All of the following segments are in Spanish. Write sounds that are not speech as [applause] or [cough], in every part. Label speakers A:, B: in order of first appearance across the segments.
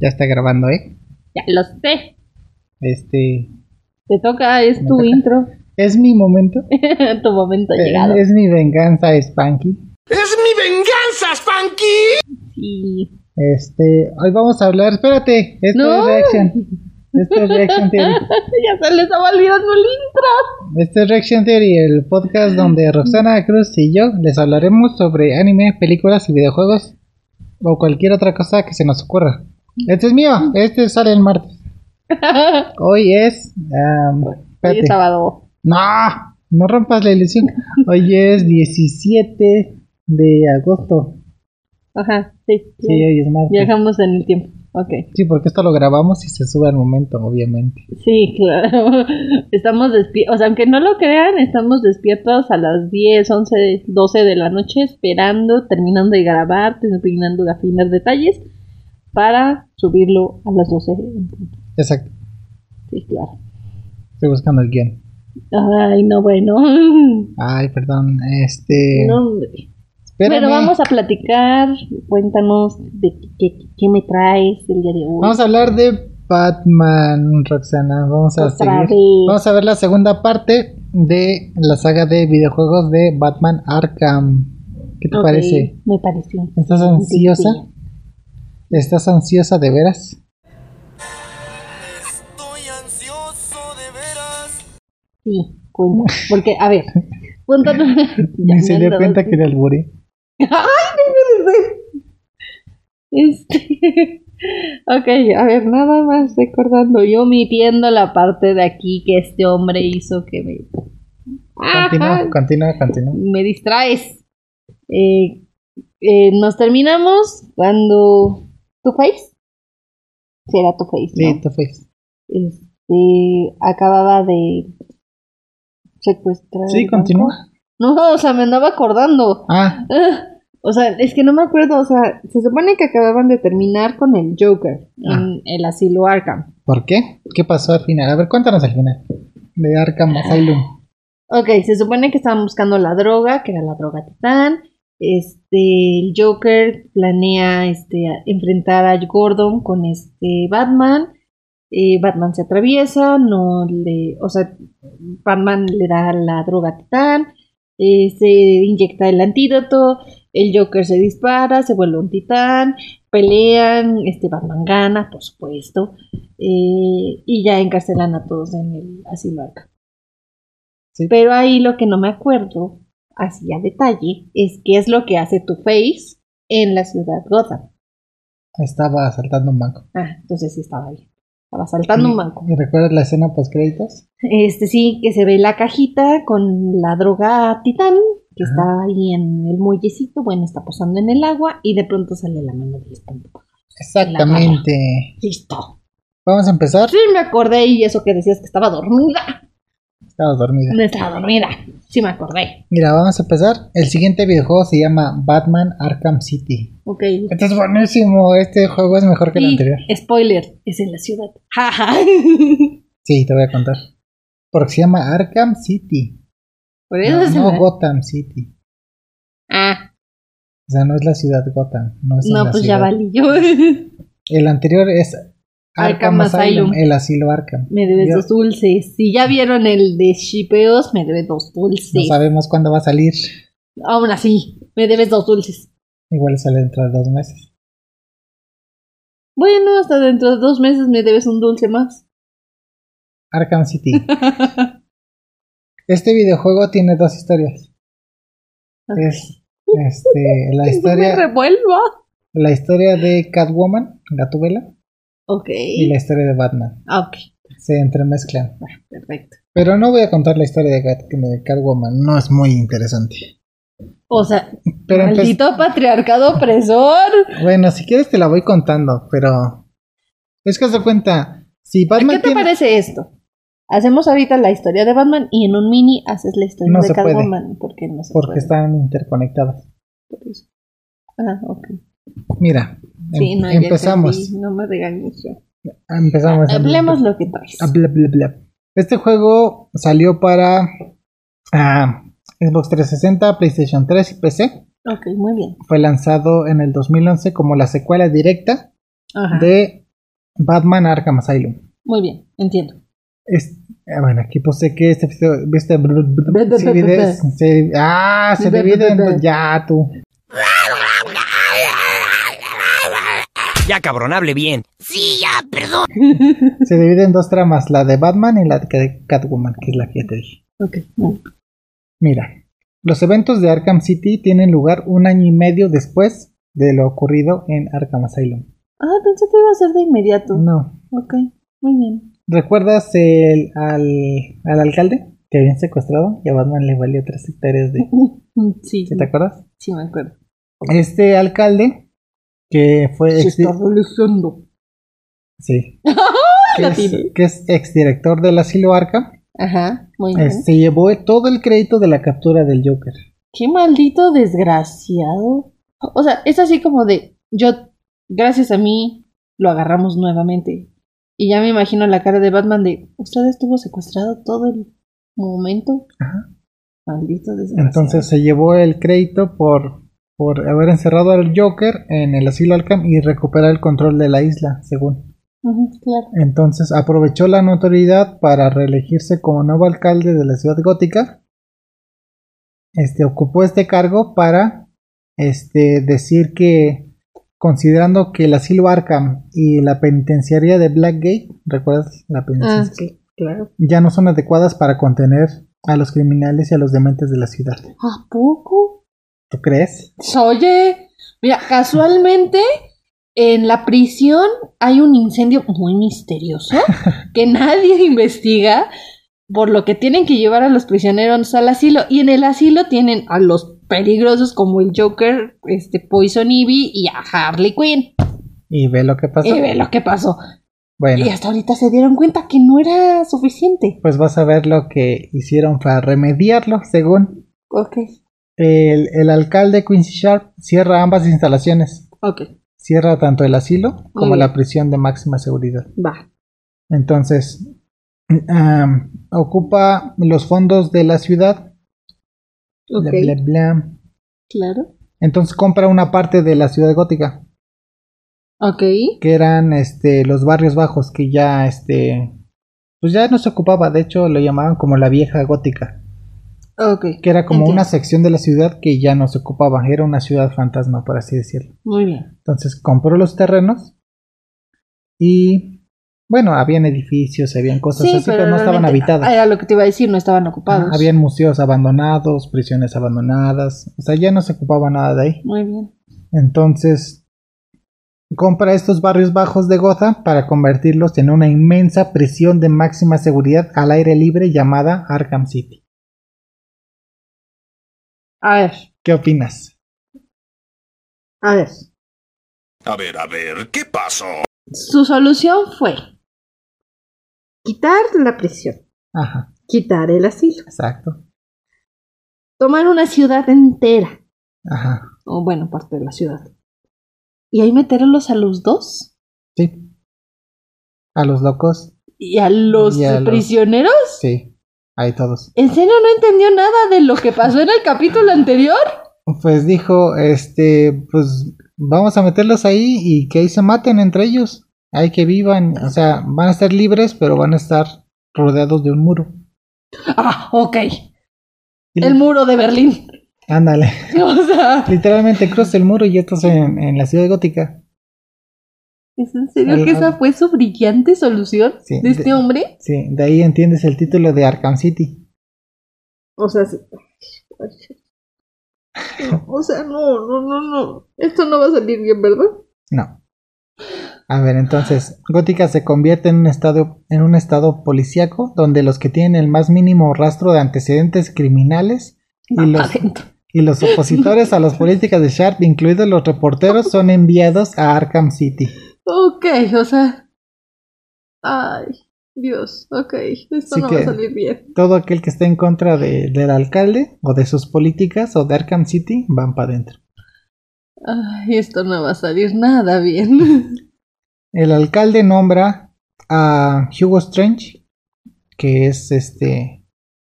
A: Ya está grabando, ¿eh?
B: Ya lo sé.
A: Este.
B: Te toca, es
A: Me
B: tu
A: toca.
B: intro. [laughs]
A: Es mi momento.
B: tu momento ha
A: Eh,
B: llegado.
A: Es mi venganza, Spanky.
C: ¡Es mi venganza, Spanky!
B: Sí.
A: Este. Hoy vamos a hablar. Espérate. Esto
B: No.
A: es Reaction. Esto es
B: [laughs]
A: Reaction Theory.
B: ya se les ha olvidado el intro.
A: Esto es Reaction Theory, el podcast donde Roxana Cruz y yo les hablaremos sobre anime, películas y videojuegos o cualquier otra cosa que se nos ocurra. Este es mío. Este sale el
B: [laughs]
A: martes. Hoy es. am,
B: Hoy es
A: espérate.
B: sábado.
A: No, no rompas la ilusión. Hoy es 17 de agosto.
B: Ajá, sí.
A: Sí, hoy es martes.
B: Viajamos en el tiempo. Ok.
A: Sí, porque esto lo grabamos y se sube al momento, obviamente.
B: Sí, [laughs] claro. Estamos despiertos. O sea, aunque no lo crean, estamos despiertos a las 10, 11, 12 de la noche, esperando, terminando de grabar, terminando de afinar detalles, para subirlo a las 12.
A: Exacto.
B: Sí, claro.
A: Estoy buscando el guión.
B: Ay, no, bueno. [laughs]
A: Ay, perdón. Este.
B: No, hombre.
A: espérame.
B: Bueno, vamos a platicar. Cuéntanos de qué, qué- qué me traes el día de hoy.
A: Vamos a hablar de Batman, Roxana. Vamos a
B: Otra
A: seguir.
B: vez.
A: Vamos a ver la segunda parte de la saga de videojuegos de Batman Arkham. ¿Qué te
B: Ok,
A: parece?
B: Me pareció.
A: ¿Estás ansiosa? ¿Estás ansiosa de veras?
C: Estoy ansioso de veras.
B: Sí, cuenta. Porque,
A: [laughs]
B: a ver, cuéntanos. [laughs] Ya
A: Ni [laughs] se
B: han
A: dio
B: dado
A: cuenta
B: así.
A: que le alburé.
B: ¡Ay, no puede ser! Este. [laughs] Ok, a ver, nada más recordando. Yo omitiendo la parte de aquí que este hombre hizo que me. Ajá,
A: Continúa, continúa, continúa.
B: me distraes. Eh, eh, nos terminamos cuando. ¿Tu face? Será tu face. ¿no?
A: Sí, tu face.
B: Este, acababa de secuestrar.
A: Sí,
B: al banco.
A: continúa.
B: No, o sea, me andaba acordando. [laughs]
A: Ah,
B: Ah, O sea, es que no me acuerdo. O sea, se supone que acababan de terminar con el Joker en
A: Ah.
B: el asilo Arkham.
A: ¿por qué? ¿Qué pasó al final? A ver, cuéntanos al final. De Arkham Asylum.
B: Ok, se supone que estaban buscando la droga, que era la droga titán. Este, el Joker planea este, a- enfrentar a Gordon con este Batman. Eh, Batman se atraviesa, no le, o sea, Batman le da la droga titán, eh, se inyecta el antídoto, el Joker se dispara, se vuelve un titán, pelean, este Batman gana, por supuesto, eh, y ya encarcelan a todos en el asilo Arkham.
A: Sí.
B: Pero ahí lo que no me acuerdo, así a detalle, es qué es lo que hace tu face en la ciudad Gotham.
A: Estaba asaltando un banco.
B: Ah, entonces sí estaba bien. Estaba saltando
A: Mm.
B: un banco.
A: ¿Y recuerdas la escena post créditos?
B: Este sí, que se ve la cajita con la droga titán, que
A: Ajá.
B: está ahí en el muellecito, bueno, está posando en el agua y de pronto sale la mano del espanto.
A: Exactamente.
B: Listo.
A: Vamos a empezar.
B: Sí, me acordé y eso que decías que estaba dormida.
A: Estabas dormida.
B: No estaba dormida. Sí, me acordé.
A: Mira, vamos a empezar. El siguiente videojuego se llama Batman Arkham City.
B: Ok.
A: Este es buenísimo. Este juego es mejor que el
B: Y,
A: anterior.
B: spoiler, es en la ciudad. Jaja.
A: Sí, te voy a contar. Porque se llama Arkham City.
B: [laughs] Por eso
A: No,
B: es en
A: no
B: la-
A: Gotham City.
B: Ah,
A: O sea, no es la ciudad Gotham. No, es en
B: no,
A: la
B: pues ya
A: ciudad.
B: valí yo. [laughs]
A: El anterior es Arkham,
B: Arkham
A: Asylum,
B: Asylum.
A: el asilo Arkham.
B: Me debes
A: Yo-
B: dos dulces. Si ya vieron el de shipeos, me debes dos
A: No
B: dulces.
A: sabemos cuándo va a salir.
B: Aún así, me debes dos dulces.
A: Igual sale dentro de dos meses.
B: Bueno, hasta dentro de dos meses me debes un dulce más.
A: Arkham
B: [laughs]
A: City. este videojuego tiene dos historias. Es
B: [laughs]
A: este, la
B: me
A: historia,
B: revuelvo.
A: la historia de Catwoman, Gatubela,
B: Ok.
A: y la historia de Batman.
B: Ah, Ok,
A: Se entremezclan.
B: perfecto.
A: Pero no voy a contar la historia de, Gat- de Catwoman. No es muy interesante.
B: O sea,
A: Pero empe-
B: maldito patriarcado opresor.
A: Bueno, si quieres te la voy contando, pero es que haz de cuenta, si [laughs] Batman
B: ¿Qué te
A: tiene-
B: parece esto? Hacemos ahorita la historia de Batman y en un mini haces la historia
A: No
B: de
A: se puede.
B: Catwoman. ¿Por qué no se
A: porque
B: puede?
A: están interconectadas.
B: Por eso. Ah, ok.
A: Mira,
B: Sí,
A: em-
B: no, ya
A: empezamos,
B: entendí, No me regañes. ya.
A: empezamos.
B: Hablemos lo que traes.
A: Ah, bla, bla, bla. Este juego salió para ah, Xbox 360, PlayStation 3 y PC.
B: Ok, muy bien.
A: Fue lanzado en el 2011 como la secuela directa
B: Ajá.
A: de Batman Arkham Asylum.
B: Muy bien, entiendo.
A: Es- ah, bueno, aquí puse que este episodio- viste blu- blu- blu- se
B: [laughs]
A: divide- se- ah, se divide en dos- ya tú.
D: Ya cabrón, hable bien.
A: Se divide en dos tramas, la de Batman y la de Catwoman, que es la que ya te dije.
B: Ok, bueno.
A: Mira, los eventos de Arkham City tienen lugar un año y medio después de lo ocurrido en Arkham Asylum.
B: Ah, pensé que iba a ser de inmediato.
A: No.
B: Ok, muy bien. [laughs]
A: ¿Recuerdas el, al, al alcalde que habían secuestrado? Y a Batman le valió tres hectáreas de...
B: Sí,
A: ¿Sí ¿Te acuerdas?
B: sí me acuerdo.
A: Este alcalde que fue...
B: Se
A: ex-
B: está relajando.
A: sí. Que
B: [laughs] La
A: es,
B: tiene.
A: que es exdirector del asilo Arkham.
B: Ajá, muy
A: eh,
B: bien.
A: se llevó todo el crédito de la captura del Joker.
B: Qué maldito desgraciado. O sea, es así como de, yo, gracias a mí, lo agarramos nuevamente. Y ya me imagino la cara de Batman de, usted estuvo secuestrado todo el momento.
A: Ajá.
B: Maldito desgraciado.
A: Entonces se llevó el crédito por, por haber encerrado al Joker en el asilo Arkham y recuperar el control de la isla, según.
B: Ujú, claro.
A: Entonces aprovechó la notoriedad para reelegirse como nuevo alcalde de la ciudad gótica. Este ocupó este cargo para este, decir que considerando que el asilo Arkham y la penitenciaría de Blackgate, ¿recuerdas la
B: Ah,
A: penitenciaría?
B: sí, claro.
A: Ya no son adecuadas para contener a los criminales y a los dementes de la ciudad.
B: ¿A poco? Pues,
A: ¿Tú crees?
B: Oye, mira, casualmente en la prisión hay un incendio muy misterioso que nadie investiga, por lo que tienen que llevar a los prisioneros al asilo. Y en el asilo tienen a los peligrosos como el Joker, este Poison Ivy y a Harley Quinn.
A: Y ve lo que pasó.
B: Y ve lo que pasó.
A: Bueno,
B: Y hasta ahorita se dieron cuenta que no era suficiente.
A: pues vas a ver lo que hicieron para remediarlo, según
B: Ok,
A: el, el alcalde Quincy Sharp cierra ambas instalaciones.
B: ok,
A: Cierra tanto el asilo
B: Muy
A: como
B: bien.
A: la prisión de máxima seguridad.
B: va.
A: Entonces, am, ocupa los fondos de la ciudad.
B: Ok,
A: Bla, bla, bla.
B: claro.
A: Entonces compra una parte de la ciudad gótica,
B: Ok,
A: que eran este, los barrios bajos, que ya, este, pues ya no se ocupaba. De hecho, lo llamaban como la vieja gótica.
B: ok,
A: que era como
B: Entiendo.
A: una sección de la ciudad que ya no se ocupaba, era una ciudad fantasma, por así decirlo.
B: muy bien.
A: Entonces compró los terrenos y, bueno, habían edificios, habían cosas así, pero, no estaban
B: realmente, ah,
A: habitadas.
B: Era lo que te iba a decir, no estaban ocupados.
A: Ajá, Habían museos abandonados, prisiones abandonadas, o sea, ya no se ocupaba nada de ahí.
B: Muy bien.
A: Entonces, compra estos barrios bajos de Gotham para convertirlos en una inmensa prisión de máxima seguridad al aire libre llamada Arkham City.
B: A ver,
A: ¿Qué opinas?
B: a ver.
C: A ver, a ver, ¿qué pasó?
B: Su solución fue quitar la prisión,
A: Ajá,
B: quitar el asilo,
A: exacto.
B: tomar una ciudad entera,
A: Ajá.
B: o bueno, parte de la ciudad, y ahí meterlos a los dos
A: Sí. A los locos,
B: y a los
A: Y a los-
B: prisioneros.
A: sí. Ahí todos.
B: ¿En serio no entendió nada de lo que pasó en el capítulo anterior?
A: Pues dijo, este, pues vamos a meterlos ahí y que ahí se maten entre ellos. Hay que vivan, o sea, van a estar libres, pero van a estar rodeados de un muro.
B: Ah, ok.
A: Y
B: El
A: li-
B: muro de Berlín. [laughs]
A: Ándale. [laughs]
B: O sea,
A: Literalmente cruza el muro y estás en, en la ciudad gótica.
B: ¿es en serio que esa fue su brillante solución
A: Sí,
B: de este
A: de-
B: hombre?
A: Sí, de ahí entiendes el título de Arkham City.
B: O sea, sí. No, O sea, no, no, no, no. Esto no va a salir bien, ¿verdad?
A: No. A ver, entonces, Gótica se convierte en un estado, en un estado policíaco donde los que tienen el más mínimo rastro de antecedentes criminales y los,
B: Adentro.
A: y los opositores a las políticas de Sharp, incluidos los reporteros, son enviados a Arkham City.
B: Ok, o sea. Ay, Dios, ok. Esto
A: Sí
B: no
A: que-
B: va a salir bien.
A: Todo aquel que esté en contra de- del alcalde o de sus políticas o de Arkham City van para adentro.
B: Ay, esto no va a salir nada bien. [laughs]
A: El alcalde nombra a Hugo Strange, que es este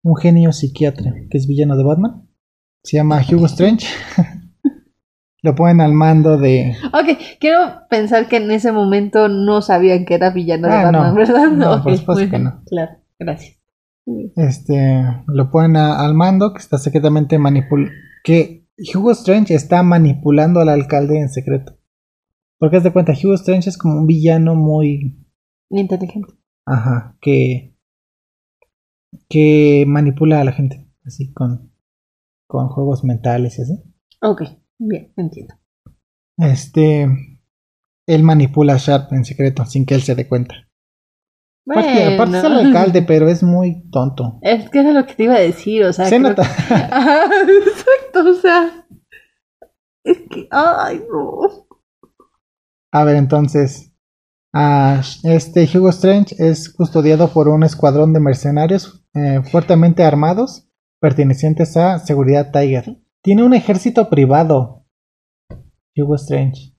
A: un genio psiquiatra, que es villano de Batman. Se llama Hugo Strange. [laughs] Lo ponen al mando de.
B: Ok, quiero pensar que en ese momento no sabían que era villano de
A: Ah, no.
B: Batman, ¿verdad?
A: No,
B: Ok,
A: por supuesto
B: muy
A: que
B: bien,
A: no.
B: Claro, gracias.
A: Este. Lo ponen a- al mando que está secretamente manipulando. Que Hugo Strange está manipulando al alcalde en secreto. Porque haz de cuenta, Hugo Strange es como un villano muy.
B: Inteligente.
A: Ajá, que. que manipula a la gente. Así con. con juegos mentales y así.
B: Ok, bien, entiendo.
A: Este. Él manipula a Sharp en secreto, sin que él se dé cuenta. Aparte, aparte es el
B: Bueno.
A: alcalde, pero es muy tonto.
B: [laughs] Es que eso es lo que te iba a decir, o sea.
A: Se
B: creo
A: nota.
B: que- [laughs] Ajá, exacto, o sea. Es que, ay, no.
A: A ver, entonces. ah, este Hugo Strange es custodiado por un escuadrón de mercenarios eh, fuertemente armados pertenecientes a Seguridad Tiger. Tiene un ejército privado. Hugo Strange.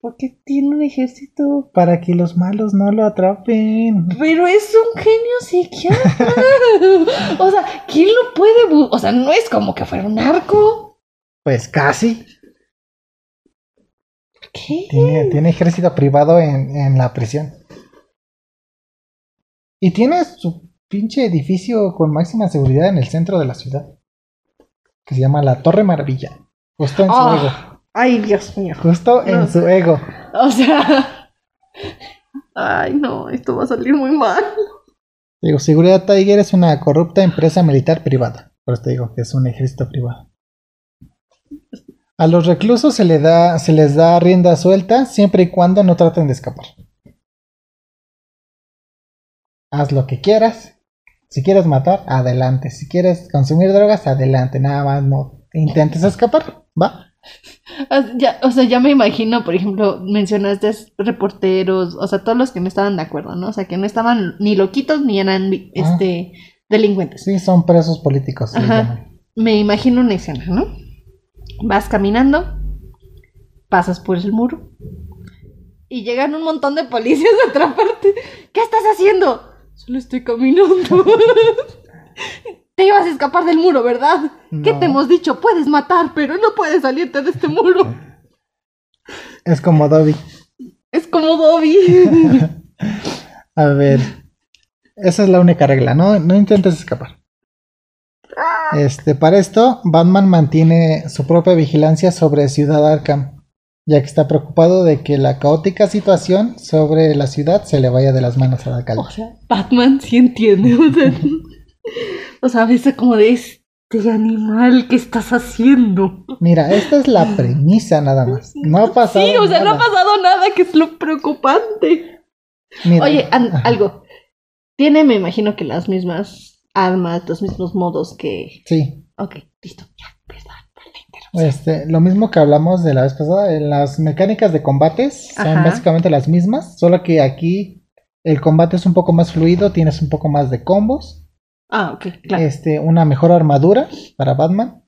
B: ¿Por qué tiene un ejército?
A: Para que los malos no lo atrapen.
B: Pero es un genio psiquiatra. [laughs] o sea, ¿quién lo puede bu- O sea, no es como que fuera un narco.
A: Pues casi.
B: ¿Qué?
A: Tiene, tiene ejército privado en, en la prisión. Y tiene su pinche edificio con máxima seguridad en el centro de la ciudad. Que se llama la Torre Maravilla. Justo en su
B: Ah,
A: ego.
B: Ay, Dios mío.
A: Justo
B: no.
A: en su ego.
B: O sea. Ay, no, esto va a salir muy mal.
A: Digo, Seguridad Tiger es una corrupta empresa militar privada. Por eso te digo que es un ejército privado. A los reclusos se, le da, se les da rienda suelta siempre y cuando no traten de escapar. Haz lo que quieras. Si quieres matar, adelante. Si quieres consumir drogas, adelante. Nada más no intentes escapar. ¿Va?
B: O sea, Ah, ya- o sea, ya me imagino, por ejemplo, mencionaste reporteros, o sea, todos los que no estaban de acuerdo, ¿no? O sea, que no estaban ni loquitos ni eran vi-
A: Ah.
B: este delincuentes.
A: Sí, son presos políticos. se les
B: Ajá.
A: llaman.
B: Me imagino una escena, ¿no? Vas caminando, pasas por el muro y llegan un montón de policías a atraparte. ¿Qué estás haciendo? Solo estoy caminando. [laughs] Te ibas a escapar del muro, ¿verdad? ¿Qué
A: No.
B: te hemos dicho? Puedes matar, pero no puedes salirte de este muro.
A: Es como Dobby.
B: Es como Dobby. [laughs]
A: A ver. Esa es la única regla, ¿no? No intentes escapar. Este, para esto, Batman mantiene su propia vigilancia sobre Ciudad Arkham, ya que está preocupado de que la caótica situación sobre la ciudad se le vaya de las manos al alcalde.
B: O sea, Batman sí entiende. O sea, o sea, a veces como de este animal, ¿qué estás haciendo?
A: Mira, esta es
B: [gasps]
A: la premisa nada más. No ha pasado.
B: Oh. Sí, o sea, no ha
A: nada.
B: pasado nada, que es lo preocupante.
A: Mira,
B: Oye, an-
A: ajá,
B: algo. Tiene, me imagino que las mismas armas, los mismos modos que.
A: Sí.
B: Ok, listo, ya, perdón, perdón, interrupción.
A: Este, lo mismo que hablamos de la vez pasada, en las mecánicas de combates son
B: Ajá.
A: básicamente las mismas, solo que aquí el combate es un poco más fluido, tienes un poco más de combos,
B: Ah, ok, claro.
A: este, una mejor armadura para Batman.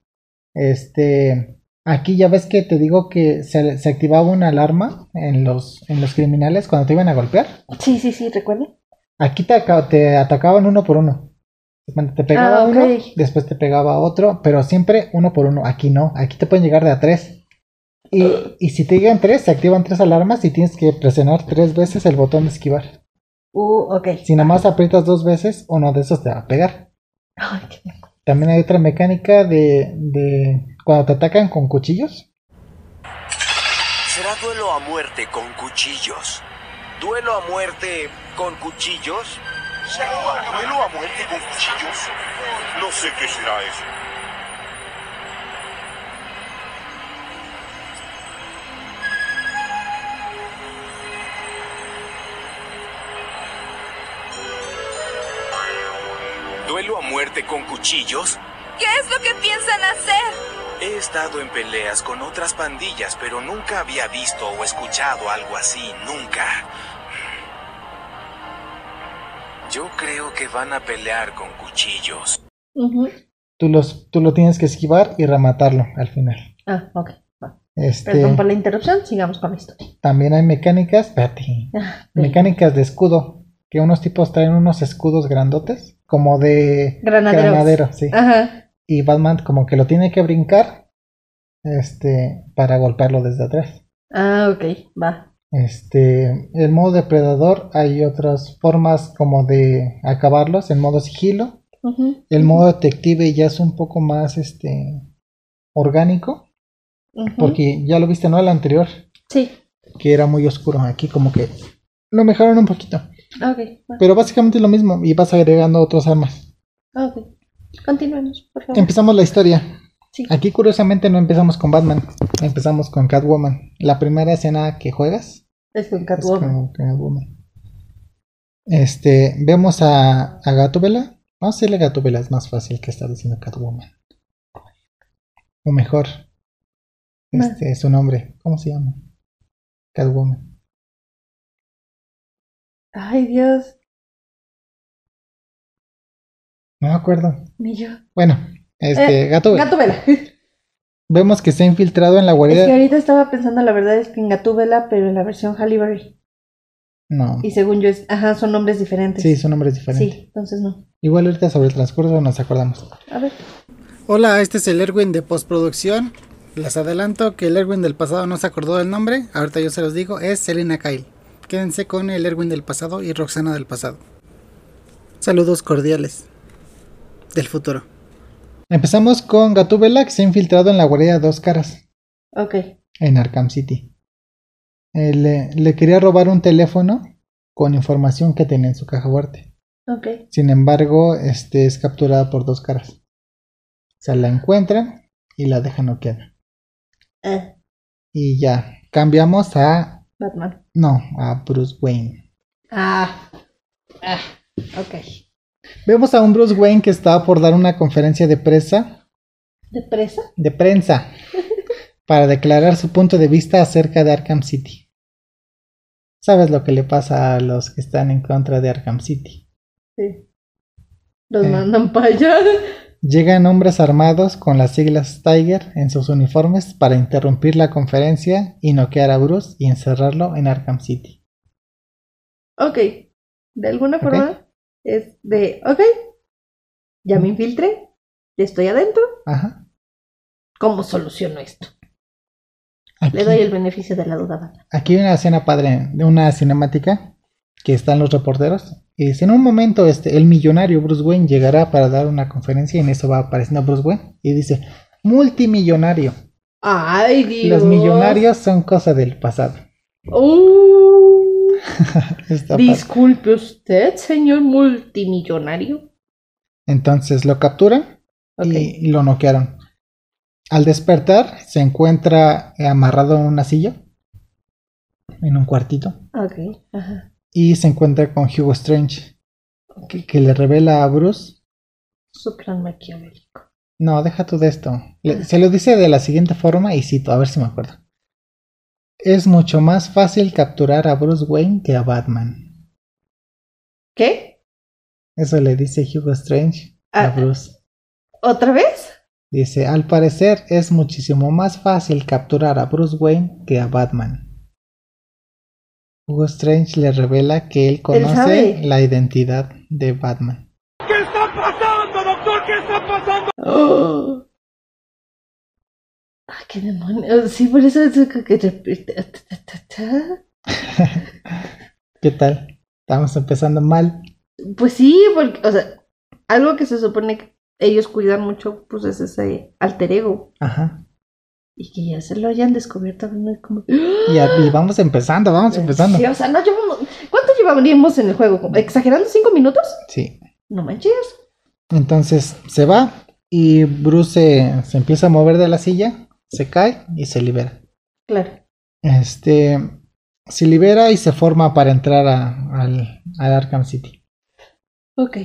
A: Este, aquí ya ves que te digo que se, se activaba una alarma en los, en los criminales cuando te iban a golpear.
B: Sí, sí, sí, recuerda.
A: Aquí te, aca- te atacaban uno por uno. Bueno, Te pegaba
B: Ah, ok.
A: uno, después te pegaba otro, pero siempre uno por uno. Aquí no, aquí te pueden llegar de a tres. Y, y si te llegan tres, se activan tres alarmas y tienes que presionar tres veces el botón de esquivar.
B: Uh, ok.
A: Si nada más aprietas dos veces, uno de esos te va a pegar.
B: Ay, qué-
A: También hay otra mecánica de, de cuando te atacan con cuchillos.
E: Será duelo a muerte con cuchillos. ¿Duelo a muerte con cuchillos?
C: ¿Será duelo a muerte con cuchillos? No sé qué será eso.
E: ¿Duelo a muerte con cuchillos?
F: ¿Qué es lo que piensan hacer?
E: He estado en peleas con otras pandillas, pero nunca había visto o escuchado algo así, nunca. Yo creo que van a pelear con cuchillos.
B: Ujú.
A: Tú, los, tú lo tienes que esquivar y rematarlo al final.
B: Ah, ok. va.
A: Este,
B: Perdón por la interrupción, sigamos con la historia.
A: También hay mecánicas, espérate,
B: Ah,
A: mecánicas de escudo, que unos tipos traen unos escudos grandotes, como de
B: Granaderos. Ah.
A: granadero, sí.
B: Ajá.
A: Y Batman como que lo tiene que brincar este, para golpearlo desde atrás.
B: Ah, ok, va.
A: Este, el modo depredador hay otras formas como de acabarlos, el modo sigilo,
B: Ujú,
A: el modo detective ya es un poco más este orgánico,
B: ujú.
A: porque ya lo viste no el anterior,
B: Sí,
A: que era muy oscuro, aquí como que lo mejoraron un poquito,
B: ah, ok, va.
A: pero básicamente es lo mismo y vas agregando otras armas.
B: ah, Ok. Continuemos, por favor.
A: Empezamos la historia.
B: Sí.
A: Aquí curiosamente no empezamos con Batman, empezamos con Catwoman. La primera escena que juegas
B: Es con
A: Es
B: Catwoman.
A: como Catwoman. Este, vemos a, a Gatúbela. Vamos a decirle Gatúbela, es más fácil que estar diciendo Catwoman. O mejor. Este es su nombre. ¿Cómo se llama? Catwoman.
B: Ay, Dios,
A: No me acuerdo.
B: ni yo.
A: Bueno,
B: Eh,
A: este, Gatúbela.
B: Gatúbela.
A: Vemos que está infiltrado en la guarida.
B: Es que ahorita estaba pensando, la verdad es que en Gatúbela, pero en la versión Halliburton.
A: No.
B: Y según yo, es, ajá, son nombres diferentes.
A: Sí, su nombre es diferente.
B: Sí, entonces no.
A: Igual ahorita sobre el transcurso nos acordamos.
B: A ver.
A: Hola, este es el Erwin de postproducción. Les adelanto que el Erwin del pasado no se acordó del nombre, ahorita yo se los digo, es Selena Kyle. Quédense con el Erwin del pasado y Roxana del pasado. Saludos cordiales del futuro. Empezamos con Gatúbela que se ha infiltrado en la guardia de dos caras
B: Ok.
A: en Arkham City. Eh, le, le quería robar un teléfono con información que tenía en su caja fuerte.
B: Ok.
A: Sin embargo, este es capturada por dos caras. O sea, la encuentran y la dejan noqueada.
B: Eh,
A: Y ya, cambiamos a...
B: Batman.
A: No, a Bruce Wayne.
B: Ah. Ah. Ok.
A: Vemos a un Bruce Wayne que está por dar una conferencia de prensa,
B: ¿De presa?
A: de prensa, para declarar su punto de vista acerca de Arkham City. ¿Sabes lo que le pasa a los que están en contra de Arkham City?
B: Sí. Los
A: Eh.
B: mandan para allá.
A: Llegan hombres armados con las siglas Tiger en sus uniformes para interrumpir la conferencia y noquear a Bruce y encerrarlo en Arkham City.
B: Ok. De alguna
A: Ok.
B: forma es de, ok, ya me infiltré, ya estoy adentro,
A: Ajá.
B: ¿cómo soluciono esto?
A: Aquí,
B: Le doy el beneficio de la duda. Batman.
A: aquí hay una escena padre de una cinemática que están los reporteros. Y dice, en un momento este, el millonario Bruce Wayne llegará para dar una conferencia y en eso va apareciendo Bruce Wayne y dice, multimillonario.
B: Ay, Dios.
A: Los millonarios son cosa del pasado.
B: Uh,
A: Está padre.
B: disculpe usted, señor multimillonario.
A: Entonces lo capturan
B: Ok.
A: y lo noquearon. Al despertar, se encuentra eh, amarrado en una silla, en un cuartito,
B: Ok. Ajá.
A: y se encuentra con Hugo Strange, que, que le revela a Bruce.
B: Su plan maquiavélico.
A: No, deja tú de esto. Le- se lo dice de la siguiente forma, y cito, a ver si me acuerdo. Es mucho más fácil capturar a Bruce Wayne que a Batman.
B: ¿Qué?
A: Eso le dice Hugo Strange a
B: Ah.
A: Bruce.
B: ¿Otra vez?
A: Dice, al parecer es muchísimo más fácil capturar a Bruce Wayne que a Batman. Hugo Strange le revela que él conoce
B: sabe.
A: la identidad de Batman.
B: Oh. Ay, qué demonios. Sí, por eso es que- que- que-
A: ¿Qué tal? Estamos empezando mal.
B: Pues sí, porque, o sea, algo que se supone que ellos cuidan mucho, pues es ese alter ego.
A: Ajá.
B: Y que ya se lo hayan descubierto, no es como. ¡Ah!
A: Y, a- y vamos empezando, vamos empezando.
B: Sí, o sea, no llevamos. ¿Cuánto llevaríamos en el juego? ¿Como- ¿Exagerando cinco minutos?
A: Sí.
B: No manches.
A: Entonces se va y Bruce se, se empieza a mover de la silla, se cae y se libera.
B: Claro.
A: Este se libera y se forma para entrar a- al, al Arkham City.
B: Ok.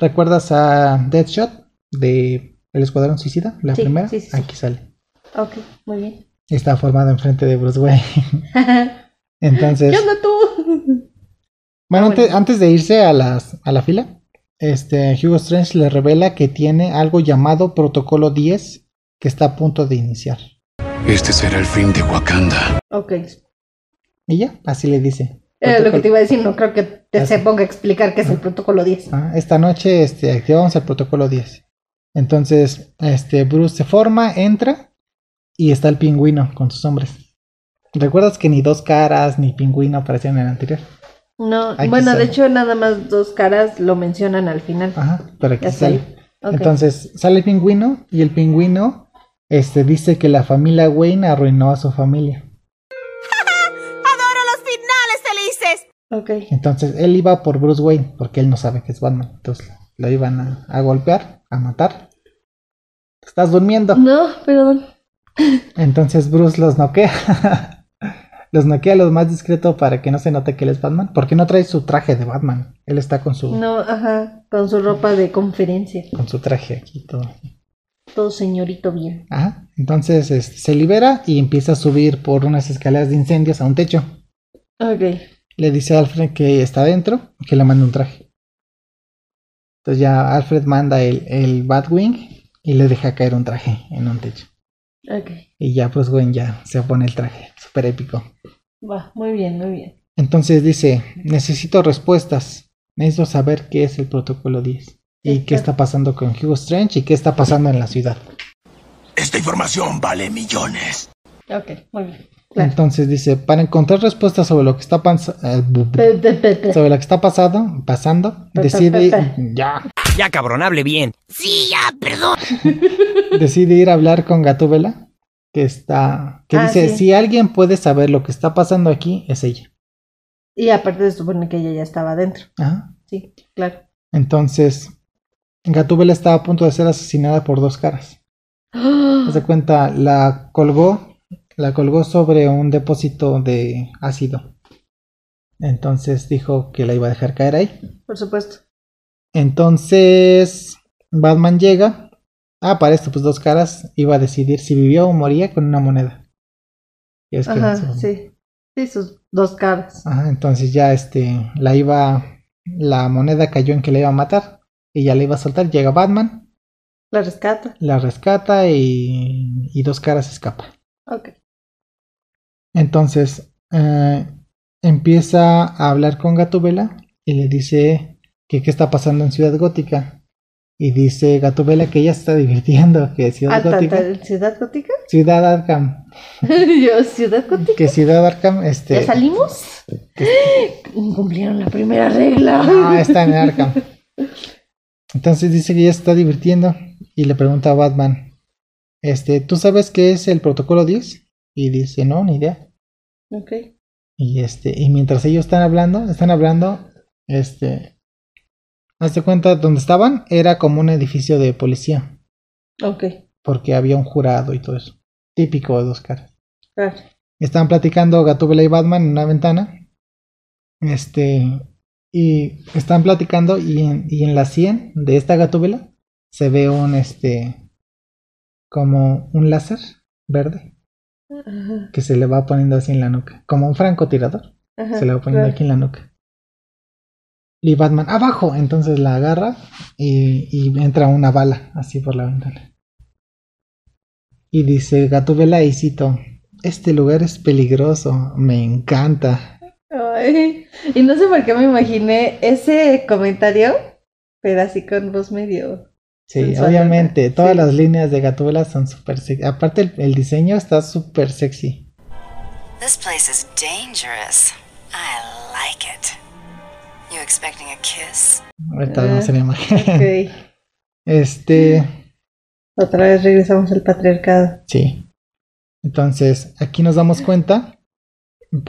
A: ¿Recuerdas a Deadshot de El Escuadrón Suicida? La
B: Sí,
A: primera.
B: sí, sí, sí.
A: Aquí sale.
B: Ok, muy bien. [laughs]
A: Está formado enfrente de Bruce Wayne. [laughs]
B: ¿Qué
A: Entonces,
B: onda tú? [laughs]
A: bueno,
B: Ah,
A: antes,
B: bueno.
A: antes de irse a, las, a la fila, este, Hugo Strange le revela que tiene algo llamado Protocolo 10 que está a punto de iniciar.
G: Este será el fin de Wakanda.
B: ok.
A: Y ya, así le dice.
B: Era Eh, lo que
A: Protocolo-
B: te iba a decir, no creo que te
A: Así.
B: se ponga a explicar qué es el protocolo 10.
A: Ah, esta noche este, activamos el protocolo 10. Entonces, este, Bruce se forma, entra Y está el pingüino con sus hombres. ¿Recuerdas que ni dos caras ni pingüino aparecían en el anterior?
B: No,
A: Aquí
B: bueno,
A: sale.
B: de hecho nada más dos caras lo mencionan al final.
A: Ajá, pero aquí
B: Ya
A: sale.
B: sale. Ok.
A: Ah, Entonces sale el pingüino y el pingüino este, dice que la familia Wayne arruinó a su familia.
F: Adoro los finales felices.
B: Ok.
A: Entonces él iba por Bruce Wayne porque él no sabe que es Batman. Entonces lo iban a, a golpear, a matar. Estás durmiendo.
B: No, perdón.
A: Entonces Bruce los noquea. [laughs] los noquea lo más discreto para que no se note que él es Batman. Porque no trae su traje de Batman. Él está con su,
B: No, ajá, con su ropa de conferencia.
A: con su traje aquí todo.
B: Todo señorito bien.
A: Ajá. Entonces este, se libera y empieza a subir por unas escaleras de incendios a un techo.
B: Ok.
A: Le dice a Alfred que está adentro, que le manda un traje. Entonces ya Alfred manda el, el Batwing y le deja caer un traje en un techo.
B: Ok.
A: Y ya pues Gwen ya se pone el traje, súper épico.
B: Va, muy bien, muy bien.
A: Entonces dice, necesito respuestas, necesito saber qué es el protocolo 10 y qué está pasando con Hugo Strange y qué está pasando en la ciudad.
E: Esta información vale millones.
B: Ok, muy bien. Claro.
A: Entonces dice, para encontrar respuestas sobre lo que está pasando...
B: Pe- pe- pe- pe.
A: sobre lo que está pasado, pasando,
B: Pe- pe-
A: decide,
B: pe-
A: ya,
D: Ya cabrón, hable bien.
A: decide ir a hablar con Gatúbela, que está, que
B: Ah,
A: dice,
B: sí.
A: si alguien puede saber lo que está pasando aquí, es ella.
B: Y aparte se supone que ella ya estaba adentro.
A: Ajá.
B: Sí, claro. [gasps]
A: Entonces, Gatúbela está a punto de ser asesinada por dos caras. Haz de cuenta, la colgó, la colgó sobre un depósito de ácido. Entonces dijo que la iba a dejar caer ahí.
B: Por supuesto.
A: Entonces, Batman llega. Ah, para esto, pues dos caras iba a decidir si vivió o moría con una moneda. Y es que Ah.
B: Ajá,
A: su-
B: sí. Sí, sus dos caras.
A: Ajá, entonces ya este, la iba, la moneda cayó en que la iba a matar y ya la iba a soltar. Llega Batman,
B: La rescata.
A: la rescata y, y dos caras escapa.
B: Ok.
A: Entonces eh, empieza a hablar con Gatubela y le dice que qué está pasando en Ciudad Gótica. Y dice Gatubela que ella se está divirtiendo, que Ciudad
B: Ah, ta-
A: Gótica,
B: ta- ¿Ciudad gótica? [laughs]
A: Ciudad Arkham,
B: Yo, ¿ciudad gótica?
A: que Ciudad Arkham, este,
B: ¿Ya salimos? [gasps] Incumplieron la primera regla.
A: No, ah, está en Arkham. Entonces dice que ya se está divirtiendo y le pregunta a Batman, este, ¿tú sabes qué es el protocolo 10? Y dice, no, ni idea.
B: [laughs] Ok.
A: Y este, y mientras ellos están hablando, están hablando, este, hazte cuenta, donde estaban era como un edificio de policía,
B: Ok.
A: porque había un jurado y todo eso. Típico de Oscar.
B: Claro.
A: Estaban platicando Gatúbela y Batman en una ventana. Este. Y están platicando y en, y en la 100 de esta Gatúbela se ve un este. Como un láser verde
B: Ajá.
A: que se le va poniendo así en la nuca. Como un francotirador.
B: Ajá,
A: se le va poniendo
B: claro.
A: aquí en la nuca. Y Batman, abajo. Entonces la agarra y, y entra una bala así por la ventana. Y dice Gatúbela y cito, este lugar es peligroso, me encanta.
B: Ay, y no sé por qué me imaginé ese comentario, pero así con voz medio.
A: Sí,
B: Sensual,
A: obviamente,
B: ¿verdad?
A: todas
B: Sí.
A: las líneas de Gatúbela son súper sexy. Aparte el, el diseño está súper sexy.
H: This place is dangerous. I like it. You expecting a kiss?
A: Ahorita vemos en la imagen.
B: Ah,
A: [laughs]
B: [laughs] Ok.
A: Este...
B: Otra vez regresamos al patriarcado.
A: Sí. Entonces, aquí nos damos cuenta,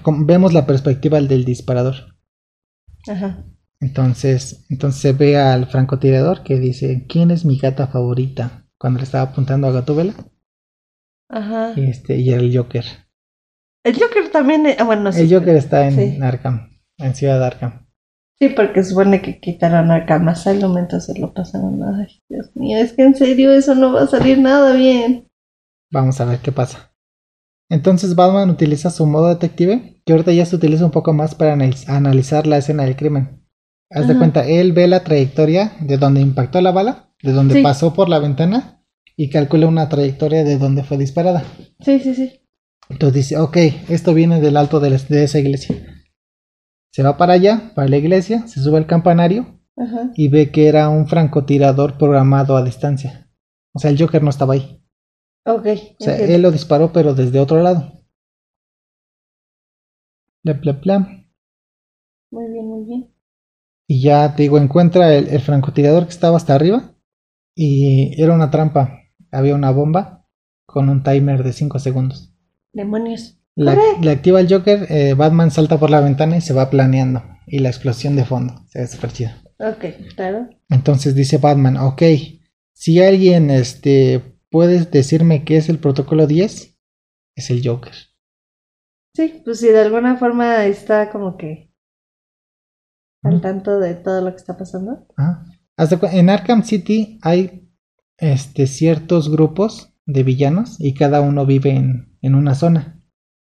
A: com- vemos la perspectiva del disparador.
B: Ajá.
A: Entonces, entonces se ve al francotirador que dice, ¿quién es mi gata favorita? Cuando le estaba apuntando a Gatúbela
B: Ajá.
A: y, este, y el Joker.
B: El Joker también. eh, ah, bueno, sí.
A: El Joker está en
B: sí.
A: Arkham, en Ciudad Arkham.
B: Sí, porque supone que quitaron a Kamasalo, entonces lo pasaron. Ay, Dios mío, es que en serio eso no va a salir nada bien.
A: Vamos a ver qué pasa. Entonces Batman utiliza su modo detective, que ahorita ya se utiliza un poco más para analiz- analizar la escena del crimen. Haz de
B: Ajá.
A: cuenta, él ve la trayectoria de donde impactó la bala, de donde
B: Sí.
A: pasó por la ventana, y calcula una trayectoria de donde fue disparada.
B: Sí, sí, sí.
A: Entonces dice, ok, esto viene del alto de, la- de esa iglesia. Se va para allá, para la iglesia, se sube al campanario
B: Ajá.
A: y ve que era un francotirador programado a distancia. O sea, el Joker no estaba ahí.
B: Ok.
A: O sea,
B: entiendo.
A: él lo disparó, pero desde otro lado. Bla, bla, bla.
B: Muy bien, muy bien.
A: Y ya, te digo, encuentra el, el francotirador que estaba hasta arriba. Y era una trampa. Había una bomba con un timer de 5 segundos.
B: Demonios.
A: La,
B: Corre.
A: la activa el Joker, eh, Batman salta por la ventana y se va planeando. Y la explosión de fondo. Se ve súper chido.
B: Ok, claro.
A: Entonces dice Batman, ok, si alguien este, puedes decirme qué es el protocolo 10, es el Joker.
B: Sí, pues si de alguna forma está como que al tanto de todo lo que está pasando.
A: Ajá. Haz de cu- en Arkham City hay este, ciertos grupos de villanos y cada uno vive en, en una zona.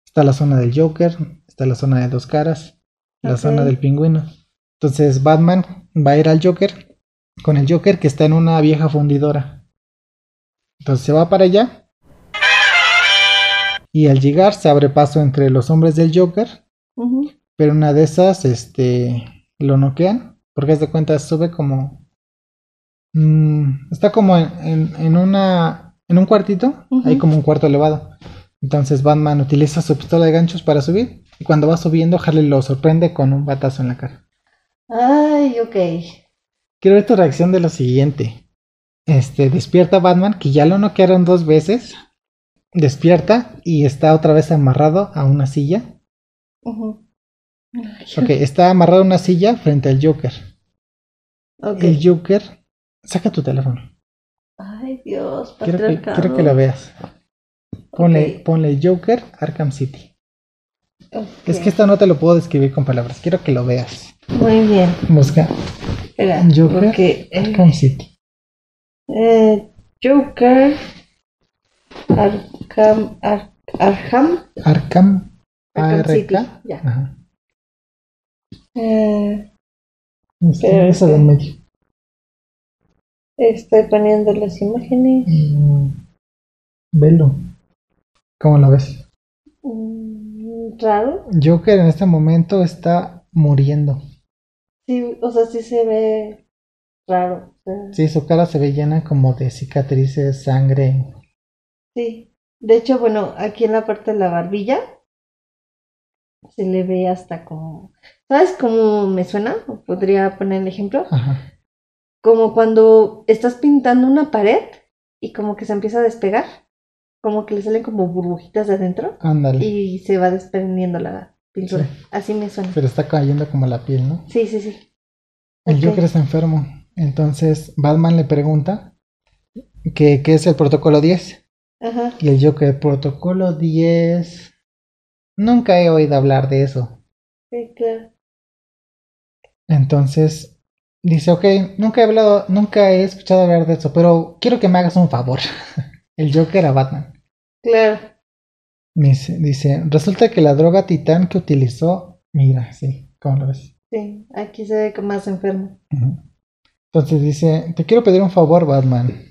A: Está la zona del Joker, está la zona de dos caras, la
B: Ok.
A: zona del pingüino. Entonces Batman va a ir al Joker con el Joker que está en una vieja fundidora. Entonces se va para allá y al llegar se abre paso entre los hombres del Joker
B: Ujú.
A: pero una de esas, este, lo noquean. Porque haz de cuenta, sube como. mm, está como en, en- en una. En un cuartito.
B: Ujú.
A: Hay como un cuarto elevado. Entonces Batman utiliza su pistola de ganchos para subir. Y cuando va subiendo, Harley lo sorprende con un batazo en la cara.
B: Ay, ok.
A: Quiero ver tu reacción de lo siguiente. Este, despierta Batman, que ya lo noquearon dos veces. Despierta y está otra vez amarrado a una silla.
B: Ujú. [laughs]
A: Ok, está amarrado a una silla frente al Joker.
B: Ok.
A: El Joker. Saca tu teléfono.
B: Ay, Dios,
A: Quiero que,
B: patriarcado.
A: quiero que lo veas. Ponle,
B: Ok.
A: ponle Joker Arkham City.
B: Ok.
A: Es que esto no te lo puedo describir con palabras. Quiero que lo veas.
B: Muy bien.
A: Busca
B: Espera,
A: Joker
B: porque, eh,
A: Arkham City.
B: eh, Joker Arkham Ar- Arkham
A: Arkham.
B: Arkham
A: ARK.
B: City, ya.
A: Ajá.
B: Eh,
A: Está
B: Pero
A: Este, esa
B: es que-
A: del medio.
B: estoy poniendo las imágenes.
A: Mm, Velo. ¿Cómo lo ves?
B: Mm, raro.
A: Joker en este momento está muriendo.
B: Sí, o sea, sí se ve raro. o sea,
A: Sí, su cara se ve llena como de cicatrices, sangre.
B: sí. De hecho, bueno, aquí en la parte de la barbilla se le ve hasta como. ¿Sabes cómo me suena? Podría poner el ejemplo.
A: Ajá.
B: como cuando estás pintando una pared y como que se empieza a despegar, como que le salen como burbujitas de adentro
A: Ándale.
B: y se va desprendiendo la pintura.
A: Sí.
B: Así me suena.
A: Pero está cayendo como la piel, ¿no?
B: Sí, sí, sí.
A: El
B: Ok.
A: Joker está enfermo. Entonces Batman le pregunta que, qué es el protocolo 10.
B: Ajá.
A: Y el Joker, protocolo 10. Nunca he oído hablar de eso.
B: Sí, claro.
A: Entonces dice, ok, nunca he hablado, nunca he escuchado hablar de eso, pero quiero que me hagas un favor. [laughs] el Joker a Batman.
B: Claro.
A: Dice, dice, resulta que la droga titán que utilizó, mira, sí, ¿cómo lo ves?
B: Sí, aquí se ve que más enfermo.
A: Ujú. Entonces dice, te quiero pedir un favor, Batman.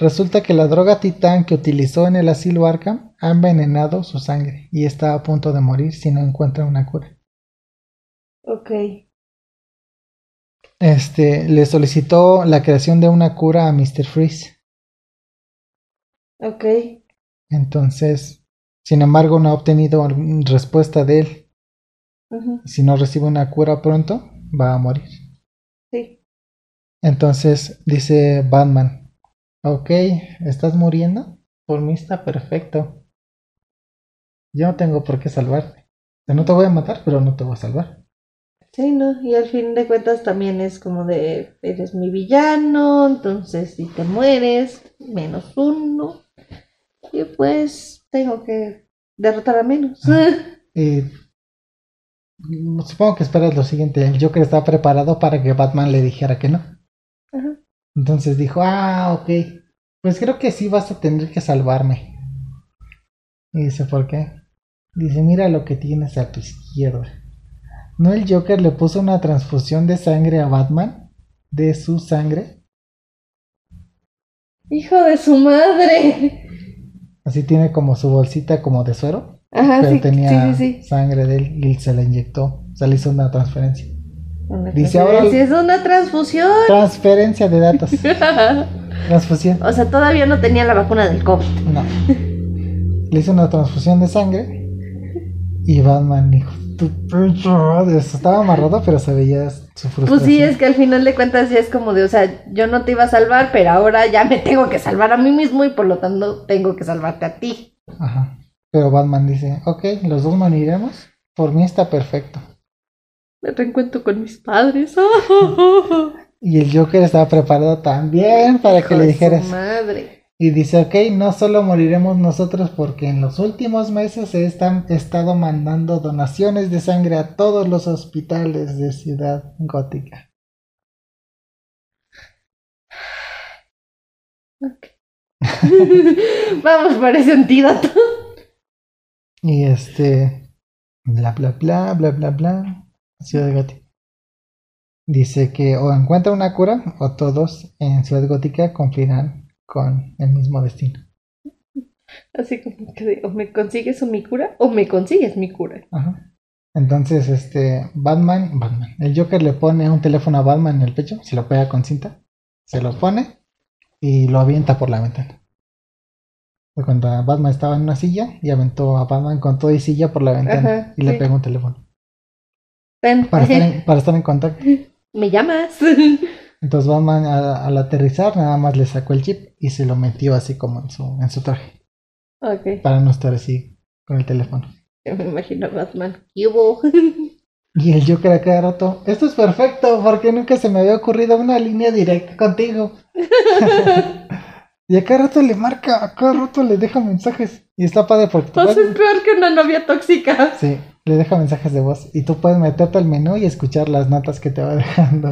A: Resulta que la droga titán que utilizó en el asilo Arkham ha envenenado su sangre y está a punto de morir si no encuentra una cura.
B: Ok.
A: Este, le solicitó la creación de una cura a Mr. Freeze.
B: Ok.
A: Entonces, sin embargo, no ha obtenido algún- respuesta de él.
B: Ujú.
A: Si no recibe una cura pronto, va a morir.
B: Sí.
A: Entonces dice Batman, ok, ¿estás muriendo? Por mí está perfecto. Yo no tengo por qué salvarte. O sea, no te voy a matar, pero no te voy a salvar.
B: Sí, ¿no? Y al fin de cuentas también es como de, eres mi villano, entonces si te mueres, menos uno. Y pues tengo que derrotar a menos.
A: Ah.
I: [laughs]
A: Y mm, supongo que esperas lo siguiente. El Joker estaba preparado para que Batman le dijera que no.
B: Ajá.
A: Entonces dijo, ah, ok. Pues creo que sí vas a tener que salvarme. Y dice, ¿por qué? Dice, mira lo que tienes a tu izquierda. ¿No el Joker le puso una transfusión de sangre a Batman? ¿De su sangre?
B: Hijo de su madre.
A: Así tiene como su bolsita como de suero.
B: Ajá,
A: pero
B: Ah, sí,
A: tenía
B: sí, sí, sí.
A: sangre de él y se la inyectó. Se le hizo una transferencia.
B: Una
A: Dice
B: transferencia,
A: ahora-
B: es una transfusión.
I: [laughs]
A: Transferencia de datos. Transfusión.
I: O sea, todavía no tenía la vacuna del COVID.
A: No. Le hizo una transfusión de sangre. Y Batman dijo: Tu pinche madre. Estaba amarrado, pero se veía su frustración.
I: Pues sí, es que al final de cuentas ya es como de, o sea, yo no te iba a salvar, pero ahora ya me tengo que salvar a mí mismo y por lo tanto tengo que salvarte a ti.
A: Ajá. Pero Batman dice: Ok, los dos moriremos. Por mí está perfecto.
I: Me reencuentro con mis padres. [laughs]
A: Y el Joker estaba preparado también para que
I: Hijo de
A: le
I: su
A: dijeras.
I: Madre. [laughs]
A: Y dice, ok, no solo moriremos nosotros porque en los últimos meses he estam- estado mandando donaciones de sangre a todos los hospitales de Ciudad Gótica.
I: Vamos por ese antídoto.
A: Y este, bla, bla, bla, bla, bla, bla, Ciudad Gótica. Dice que o encuentra una cura o todos en Ciudad Gótica cumplirán con el mismo destino.
I: Así como que de, o me consigues o mi cura o me consigues mi cura.
A: Ajá. Entonces, este, Batman, Batman, el Joker le pone un teléfono a Batman en el pecho, se lo pega con cinta, se lo pone y lo avienta por la ventana. Fue Cuando Batman estaba en una silla y aventó a Batman con todo y silla por la ventana
I: Ajá,
A: y le
I: sí.
A: pegó un teléfono
I: Ven, [laughs]
A: para estar, en, para estar en contacto.
I: me llamas. [laughs]
A: Entonces Batman a- al aterrizar nada más le sacó el chip y se lo metió así como en su, en su traje
I: ok,
A: para no estar así con el teléfono.
I: ya me imagino a Batman. ¿Qué hubo? [laughs]
A: Y el Joker a cada rato, esto es perfecto porque nunca se me había ocurrido una línea directa contigo. [laughs] y a cada rato le marca, a cada rato le deja mensajes. Y está padre porque tú
I: Pues es
A: puedes...
I: peor que una novia tóxica.
A: Sí, le deja mensajes de voz y tú puedes meterte al menú y escuchar las notas que te va [laughs] dejando.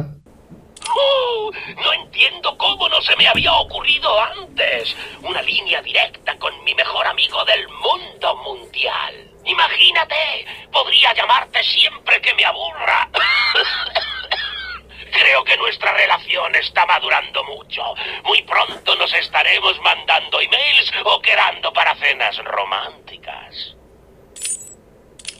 E: No entiendo cómo no se me había ocurrido antes. Una línea directa con mi mejor amigo del mundo mundial. Imagínate, podría llamarte siempre que me aburra. [laughs] Creo que nuestra relación está madurando mucho. Muy pronto nos estaremos mandando emails o quedando para cenas románticas.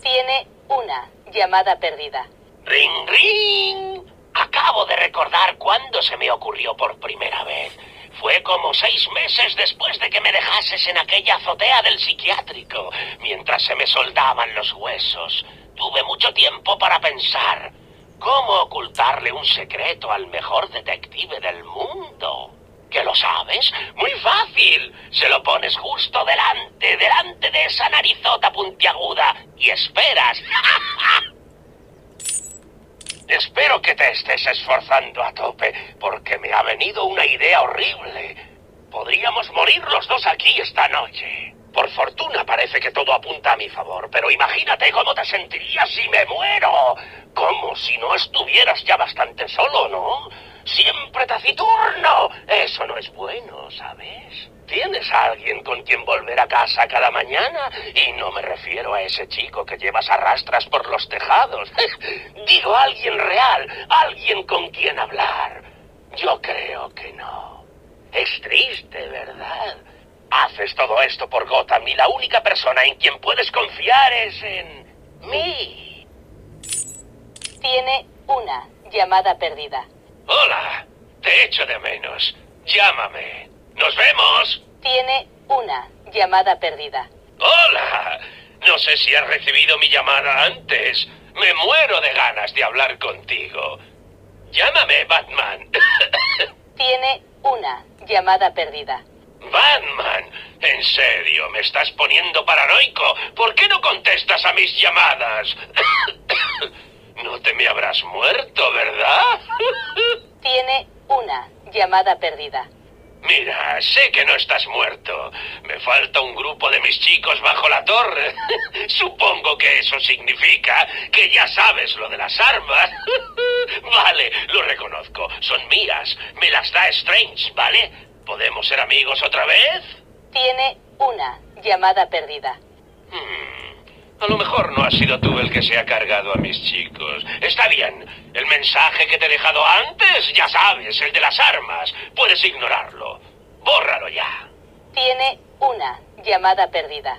F: Tiene una llamada perdida.
E: Ring, ring. Acabo de recordar cuándo se me ocurrió por primera vez. Fue como seis meses después de que me dejases en aquella azotea del psiquiátrico, mientras se me soldaban los huesos. Tuve mucho tiempo para pensar. ¿Cómo ocultarle un secreto al mejor detective del mundo? ¿Que lo sabes? Muy fácil. Se lo pones justo delante, delante de esa narizota puntiaguda y esperas. Espero que te estés esforzando a tope, porque me ha venido una idea horrible. Podríamos morir los dos aquí esta noche. Por fortuna parece que todo apunta a mi favor, pero imagínate cómo te sentirías si me muero. Como si no estuvieras ya bastante solo, ¿no? Siempre taciturno. Eso no es bueno, ¿sabes? Tienes a alguien con quien volver a casa cada mañana y no me refiero a ese chico que llevas arrastras por los tejados. [laughs] Digo alguien real, alguien con quien hablar. Yo creo que no. Es triste, ¿verdad? Haces todo esto por Gotham y la única persona en quien puedes confiar es en mí.
F: Tiene una llamada perdida.
E: Hola, te echo de menos. Llámame. Nos vemos.
F: Tiene una llamada perdida.
E: Hola. No sé si has recibido mi llamada antes. Me muero de ganas de hablar contigo. Llámame, Batman. [laughs]
F: Tiene una llamada perdida.
E: Batman, en serio, me estás poniendo paranoico. ¿Por qué no contestas a mis llamadas? [coughs] no te me habrás muerto, ¿verdad? [laughs]
F: Tiene una llamada perdida.
E: Mira, sé que no estás muerto. Me falta un grupo de mis chicos bajo la torre. [laughs] Supongo que eso significa que ya sabes lo de las armas. [laughs] vale, lo reconozco. Son mías. Me las da Strange, ¿vale? ¿Podemos ser amigos otra vez?
F: Tiene una llamada perdida.
E: Hmm. A lo mejor no has sido tú el que se ha cargado a mis chicos. Está bien. El mensaje que te he dejado antes, ya sabes, el de las armas. Puedes ignorarlo. Bórralo ya.
F: Tiene una llamada perdida.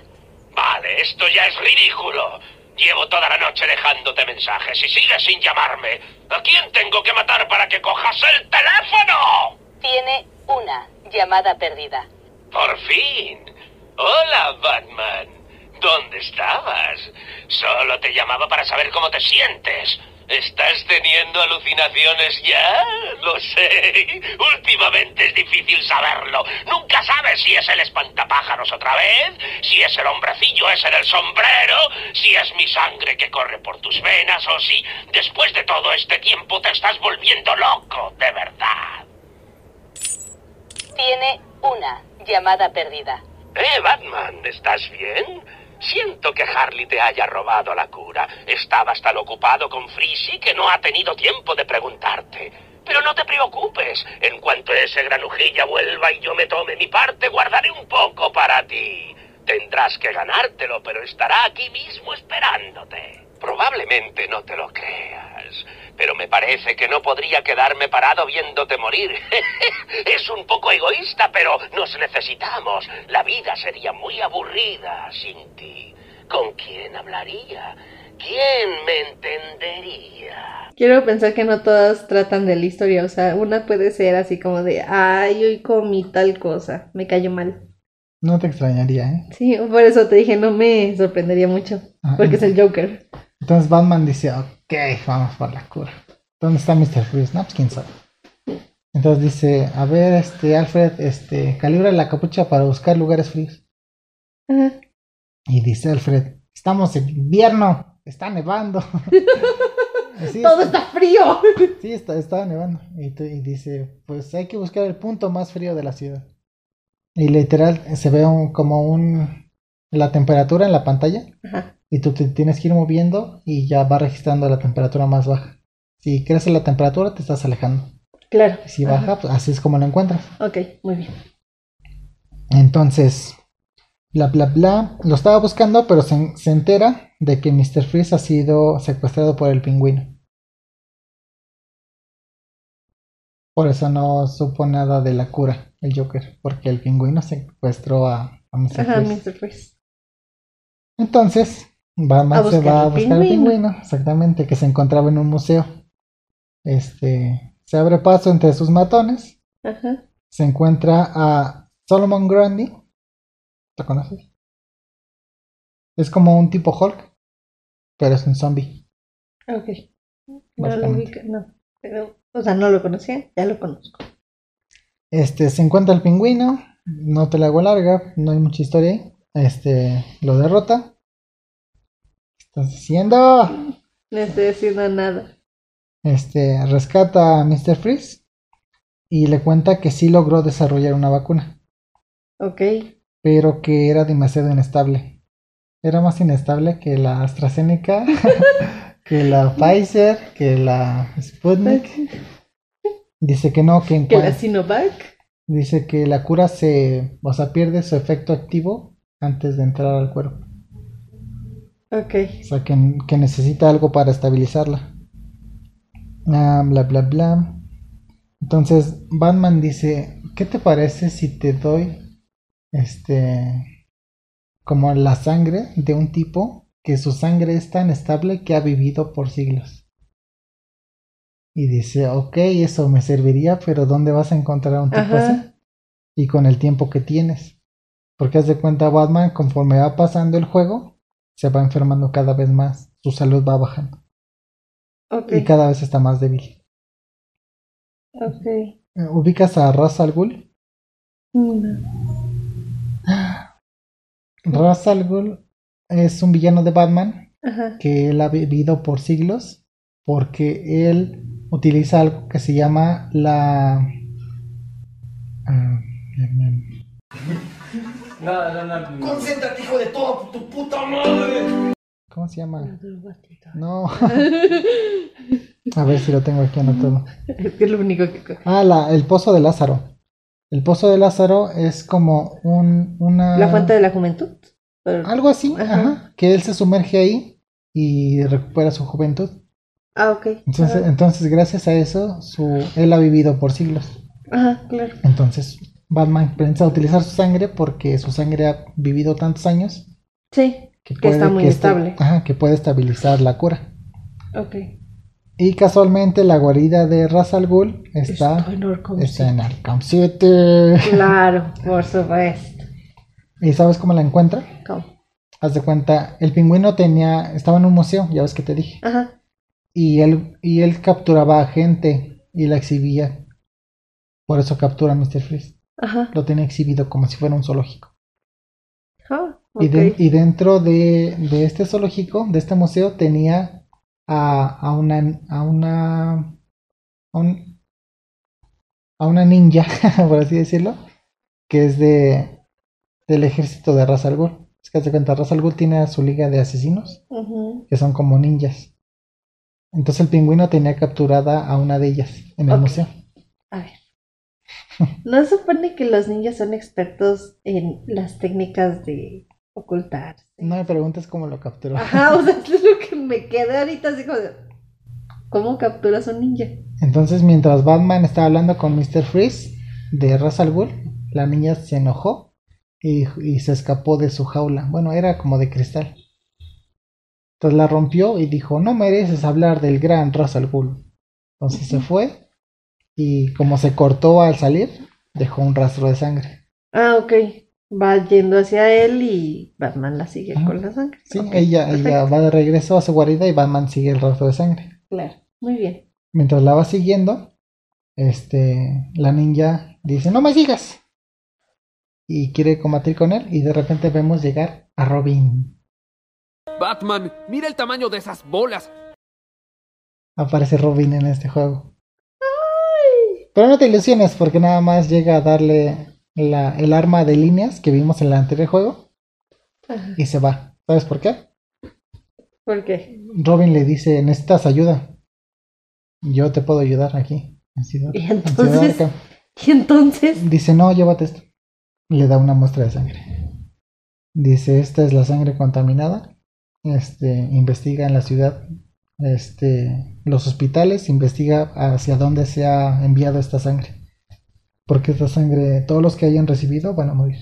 E: Vale, esto ya es ridículo. Llevo toda la noche dejándote mensajes y sigues sin llamarme. ¿A quién tengo que matar para que cojas el teléfono?
F: Tiene una llamada perdida.
E: Por fin. Hola, Batman. ¿Dónde estabas? Solo te llamaba para saber cómo te sientes. ¿Estás teniendo alucinaciones ya? Lo sé. Últimamente es difícil saberlo. Nunca sabes si es el espantapájaros otra vez, si es el hombrecillo ese del sombrero, si es mi sangre que corre por tus venas o si, después de todo este tiempo, te estás volviendo loco, de verdad.
F: Tiene una llamada perdida.
E: Eh, Batman, ¿estás bien? Siento que Harley te haya robado la cura. Estabas tan ocupado con Freezy que no ha tenido tiempo de preguntarte. Pero no te preocupes. En cuanto ese granujilla vuelva y yo me tome mi parte, guardaré un poco para ti. Tendrás que ganártelo, pero estará aquí mismo esperándote. Probablemente no te lo creas, pero me parece que no podría quedarme parado viéndote morir. [laughs] es un poco egoísta, pero nos necesitamos. La vida sería muy aburrida sin ti. ¿Con quién hablaría? ¿Quién me entendería?
I: Quiero pensar que no todas tratan de la historia, o sea, una puede ser así como de, ay, hoy comí tal cosa, me cayó mal.
A: No te extrañaría, ¿eh?
I: Sí, por eso te dije, no me sorprendería mucho,
A: Ah,
I: porque es el Joker.
A: Entonces Batman dice, ok, vamos por la cura. ¿Dónde está Mr. Freeze? No, pues quién sabe. Entonces dice, a ver, este, Alfred, este, calibra la capucha para buscar lugares fríos.
I: Ajá.
A: Y dice Alfred, estamos en invierno,
I: [laughs]
A: está nevando. Sí,
I: Todo está frío.
A: Sí, está, estaba nevando. Y, tú- y dice, pues hay que buscar el punto más frío de la ciudad. Y literal se ve un- como un... la temperatura en la pantalla.
I: Ajá.
A: Y tú te tienes que ir moviendo y ya va registrando la temperatura más baja. Si crece la temperatura, te estás alejando.
I: [laughs] Claro.
A: Si baja, pues así es como lo encuentras.
I: Ok, muy bien.
A: Entonces, bla, bla, bla. Lo estaba buscando, pero se, se entera de que Mr. Freeze ha sido secuestrado por el pingüino. Por eso no supo nada de la cura, el Joker, porque el pingüino secuestró a, a Mr.
I: Ajá,
A: Freeze.
I: Mr. Freeze.
A: Entonces, Batman
I: A
A: se
I: buscar
A: va a
I: al
A: buscar al
I: pingüino.
A: pingüino, exactamente, que se encontraba en un museo. Este, se abre paso entre sus matones,
I: Ajá.
A: se encuentra a Solomon Grundy. ¿Lo conoces? Es como un tipo Hulk, pero es un zombie.
I: Ok. No lo
A: Básicamente.
I: ubica, no. Pero, o sea, no lo conocía, ya lo conozco.
A: Este, se encuentra el pingüino, no te la hago larga, no hay mucha historia ahí. Este, lo derrota. ¿Qué estás diciendo?
I: No estoy haciendo nada.
A: este, rescata a Mr. Freeze y le cuenta que sí logró desarrollar una vacuna,
I: Ok.
A: pero que era demasiado inestable. Era más inestable que la AstraZeneca, [laughs] que la Pfizer, que la Sputnik. Dice que no, que en
I: Que la
A: cuan-
I: Sinovac.
A: dice que la cura se, o sea, pierde su efecto activo antes de entrar al cuerpo.
I: Ok.
A: O sea, que, que necesita algo para estabilizarla. Ah, bla, bla, bla. Entonces, Batman dice, ¿qué te parece si te doy este como la sangre de un tipo que su sangre es tan estable que ha vivido por siglos? Y dice, ok, eso me serviría, pero ¿dónde vas a encontrar a un tipo
I: Ajá.
A: así? Y con el tiempo que tienes. Porque haz de cuenta, Batman, conforme va pasando el juego, se va enfermando cada vez más. Su salud va bajando.
I: Ok.
A: Y cada vez está más débil.
I: Ok.
A: Eh, ¿Ubicas a Ra's al Ghul?
I: No.
A: Ra's al Ghul es un villano de Batman
I: Ajá.
A: que él ha vivido por siglos porque él utiliza algo que se llama la... ah, em, em,
E: Concéntrate, hijo de toda tu puta madre.
A: ¿Cómo se llama?
I: Drogatito.
A: No. [laughs] A ver si lo tengo aquí anotado.
I: [laughs] Es que es lo único que. co-
A: Ah, la, el Pozo de Lázaro. El Pozo de Lázaro es como un, una...
I: La fuente de la juventud. Pero-
A: Algo así,
I: Ajá.
A: ajá, que él se sumerge ahí y recupera su juventud.
I: Ah, ok.
A: Entonces, entonces gracias a eso, su, él ha vivido por siglos.
I: Ah, Ajá, Ajá, claro.
A: Entonces, Batman piensa utilizar su sangre porque su sangre ha vivido tantos años
I: Sí,
A: que,
I: está muy
A: esté-
I: estable.
A: ajá, que puede estabilizar la cura.
I: ok.
A: Y casualmente la guarida de Ra's al Ghul está,
B: Estoy en Arkham
A: está
B: City.
A: en Arkham City.
B: Claro, por supuesto.
A: ¿Y sabes cómo la encuentra?
B: ¿Cómo?
A: Haz de cuenta, el pingüino tenía, estaba en un museo, ya ves que te dije.
B: Ajá.
A: Y él, y él capturaba a gente y la exhibía. Por eso captura a Mr. Freeze.
B: Ajá.
A: Lo tenía exhibido como si fuera un zoológico.
B: Ah,
A: Y, de-
B: ok.
A: y dentro de, de este zoológico, de este museo, tenía a, a una a una a, un- a una ninja, [laughs] por así decirlo, que es de del ejército de Ra's al Ghul. Es que haz de cuenta, Ra's al Ghul tiene a su liga de asesinos,
B: Ujú.
A: que son como ninjas. Entonces el pingüino tenía capturada a una de ellas en el
B: Ok.
A: museo.
B: A ver. ¿No se supone que los niños son expertos en las técnicas de ocultar?
A: No me preguntes cómo lo capturó.
B: Ajá, o sea, [laughs] es lo que me quedé ahorita así como de, ¿Cómo capturas un ninja?
A: Entonces, mientras Batman estaba hablando con Mr. Freeze de Ra's al Ghul, la niña se enojó y, y se escapó de su jaula. Bueno, era como de cristal. Entonces la rompió y dijo, no mereces hablar del gran Ra's al Ghul. Entonces se fue y como se cortó al salir, dejó un rastro de sangre.
B: Ah, ok. Va yendo hacia él y Batman la sigue
A: Ajá.
B: con la sangre.
A: Ah, Sí,
B: Ok,
A: ella, ella
B: perfecto.
A: va de regreso a su guarida y Batman sigue el rastro de sangre.
B: Claro, muy bien.
A: mientras la va siguiendo, este, la ninja dice, no me sigas. Y quiere combatir con él y de repente vemos llegar a Robin.
J: Batman, mira el tamaño de esas bolas.
A: Aparece Robin en este juego. Pero no te ilusiones porque nada más llega a darle la- el arma de líneas que vimos en el anterior juego
B: Ajá.
A: y se va. ¿Sabes por qué?
B: ¿Por
A: [laughs]
B: qué?
A: Robin le dice, necesitas ayuda. Yo te puedo ayudar aquí. en Ciudad-
B: Y
A: en Ciudad
B: entonces-
A: Arkham".
B: Y entonces,
A: Dice, no, llévate esto. Le da una muestra de sangre. Dice, esta es la sangre contaminada. Este, investiga en la ciudad, este, los hospitales, investiga hacia dónde se ha enviado esta sangre. Porque esta sangre, todos los que hayan recibido van a morir.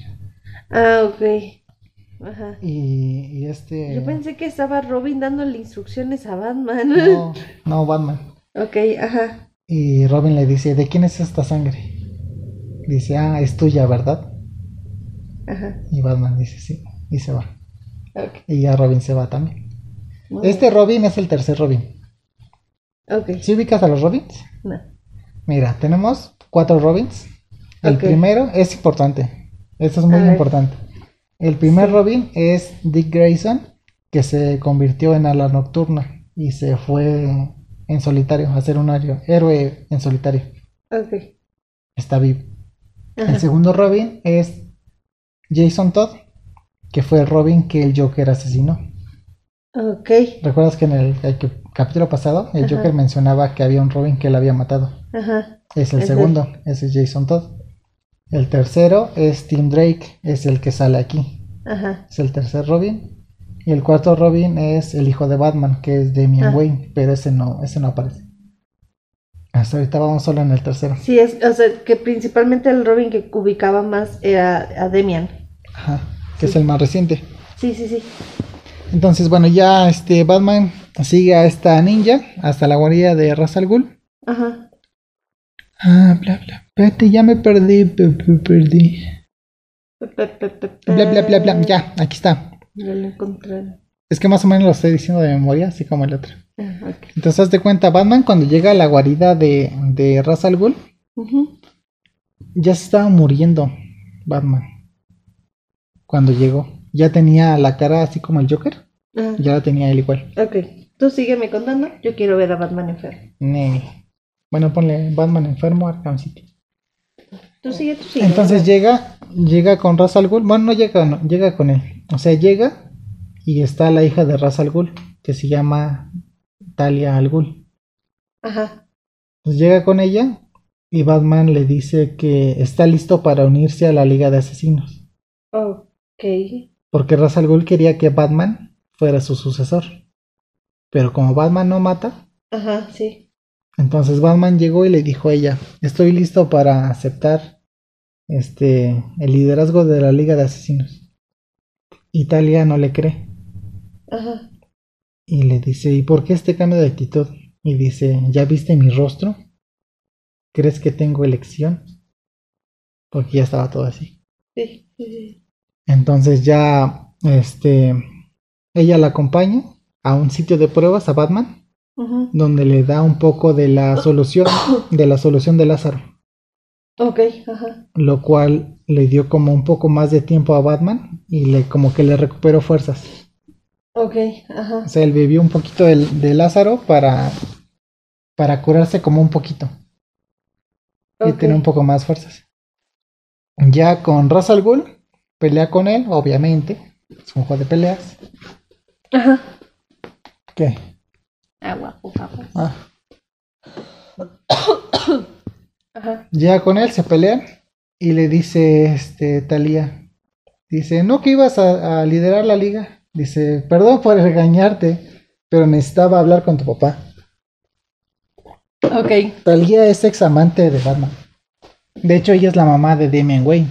B: ah, ok. Ajá.
A: Y, y este...
B: Yo pensé que estaba Robin dándole instrucciones a Batman.
A: No, no, Batman.
B: [laughs] Ok, ajá.
A: Y Robin le dice, ¿de quién es esta sangre? Dice, ah, es tuya, ¿verdad?
B: Ajá.
A: Y Batman dice, sí, y se va.
B: Ok.
A: Y ya Robin se va también.
B: muy
A: Este Robin es el tercer Robin.
B: bien. Ok.
A: ¿Sí ubicas a los Robins?
B: No.
A: Mira, tenemos cuatro Robins. El
B: Ok.
A: primero es importante. Esto es muy
B: A ver.
A: importante. El primer Robin es Dick Grayson, que se convirtió en ala nocturna y se fue en solitario a ser un ario- héroe en solitario.
B: Ok.
A: Está vivo. El
B: Ajá.
A: segundo Robin es Jason Todd, que fue el Robin que el Joker asesinó.
B: Ok.
A: ¿Recuerdas que en el, el que- capítulo pasado el
B: Ajá.
A: Joker mencionaba que había un Robin que le había matado?
B: Ajá.
A: Es el
B: Ese.
A: segundo, ese es Jason Todd. El tercero es Tim Drake, es el que sale aquí,
B: Ajá.
A: es el tercer Robin. Y el cuarto Robin es el hijo de Batman, que es Damian
B: Ah.
A: Wayne, pero ese no, ese no aparece. Hasta ahorita vamos solo en el tercero.
B: Sí, es, o sea, que principalmente el Robin que ubicaba más era a Demian.
A: Ajá, que es el más reciente.
B: Sí, sí, sí.
A: Entonces, bueno, ya este Batman sigue a esta ninja hasta la guarida de Ra's al Ghul.
B: Ajá.
A: Ah, bla, bla. Espérate, ya me perdí, pe- pe- perdí. Bla, bla, bla, bla. Ya, aquí está.
B: Ya lo encontré.
A: Es que más o menos lo estoy diciendo de memoria, así como el otro.
B: Ah, ok.
A: Entonces, haz de cuenta, Batman cuando llega a la guarida de, de Ra's al Ghul,
B: Ujú.
A: ya se estaba muriendo Batman. Cuando llegó. Ya tenía la cara así como el Joker.
B: Ah,
A: Ya la tenía él igual.
B: ok. Tú sígueme contando. Yo quiero ver a Batman enfermo.
A: Ne. Bueno, ponle Batman enfermo, Arkham City.
B: Tú sigue, tú sigue.
A: Entonces llega, llega con Ra's al Ghul. Bueno, no llega, no, llega con él. O sea, llega y está la hija de Ra's al Ghul, que se llama Talia al Ghul.
B: Ajá.
A: Entonces llega con ella y Batman le dice que está listo para unirse a la Liga de Asesinos.
B: Ok.
A: Porque Ra's al Ghul quería que Batman fuera su sucesor. Pero como Batman no mata,
B: Ajá, sí.
A: entonces Batman llegó y le dijo a ella, estoy listo para aceptar este, el liderazgo de la Liga de Asesinos. Italia no le cree.
B: Ajá.
A: Y le dice, ¿y por qué este cambio de actitud? y dice, ¿ya viste mi rostro? ¿Crees que tengo elección? Porque ya estaba todo así.
B: Sí, sí, sí.
A: Entonces ya, este, ella la acompaña a un sitio de pruebas a Batman,
B: Ujú.
A: donde le da un poco de la solución, de la solución de Lázaro,
B: Ok, ajá.
A: lo cual le dio como un poco más de tiempo a Batman y le como que le recuperó fuerzas.
B: Ok, ajá.
A: O sea, él vivió un poquito del- de, Lázaro para, para curarse como un poquito y
B: Ok.
A: tener un poco más fuerzas. Ya con Ra's al Ghul, pelea con él, obviamente. Es un juego de peleas.
B: Ajá.
A: ¿Qué?
B: Agua, por favor.
A: Ah, [coughs]
B: Ajá.
A: ya con él se pelean y le dice este Talía. Dice, no que ibas a, a liderar la liga. Dice, perdón por regañarte, pero necesitaba hablar con tu papá.
B: Ok.
A: Talía es ex amante de Batman. De hecho, ella es la mamá de Damian Wayne.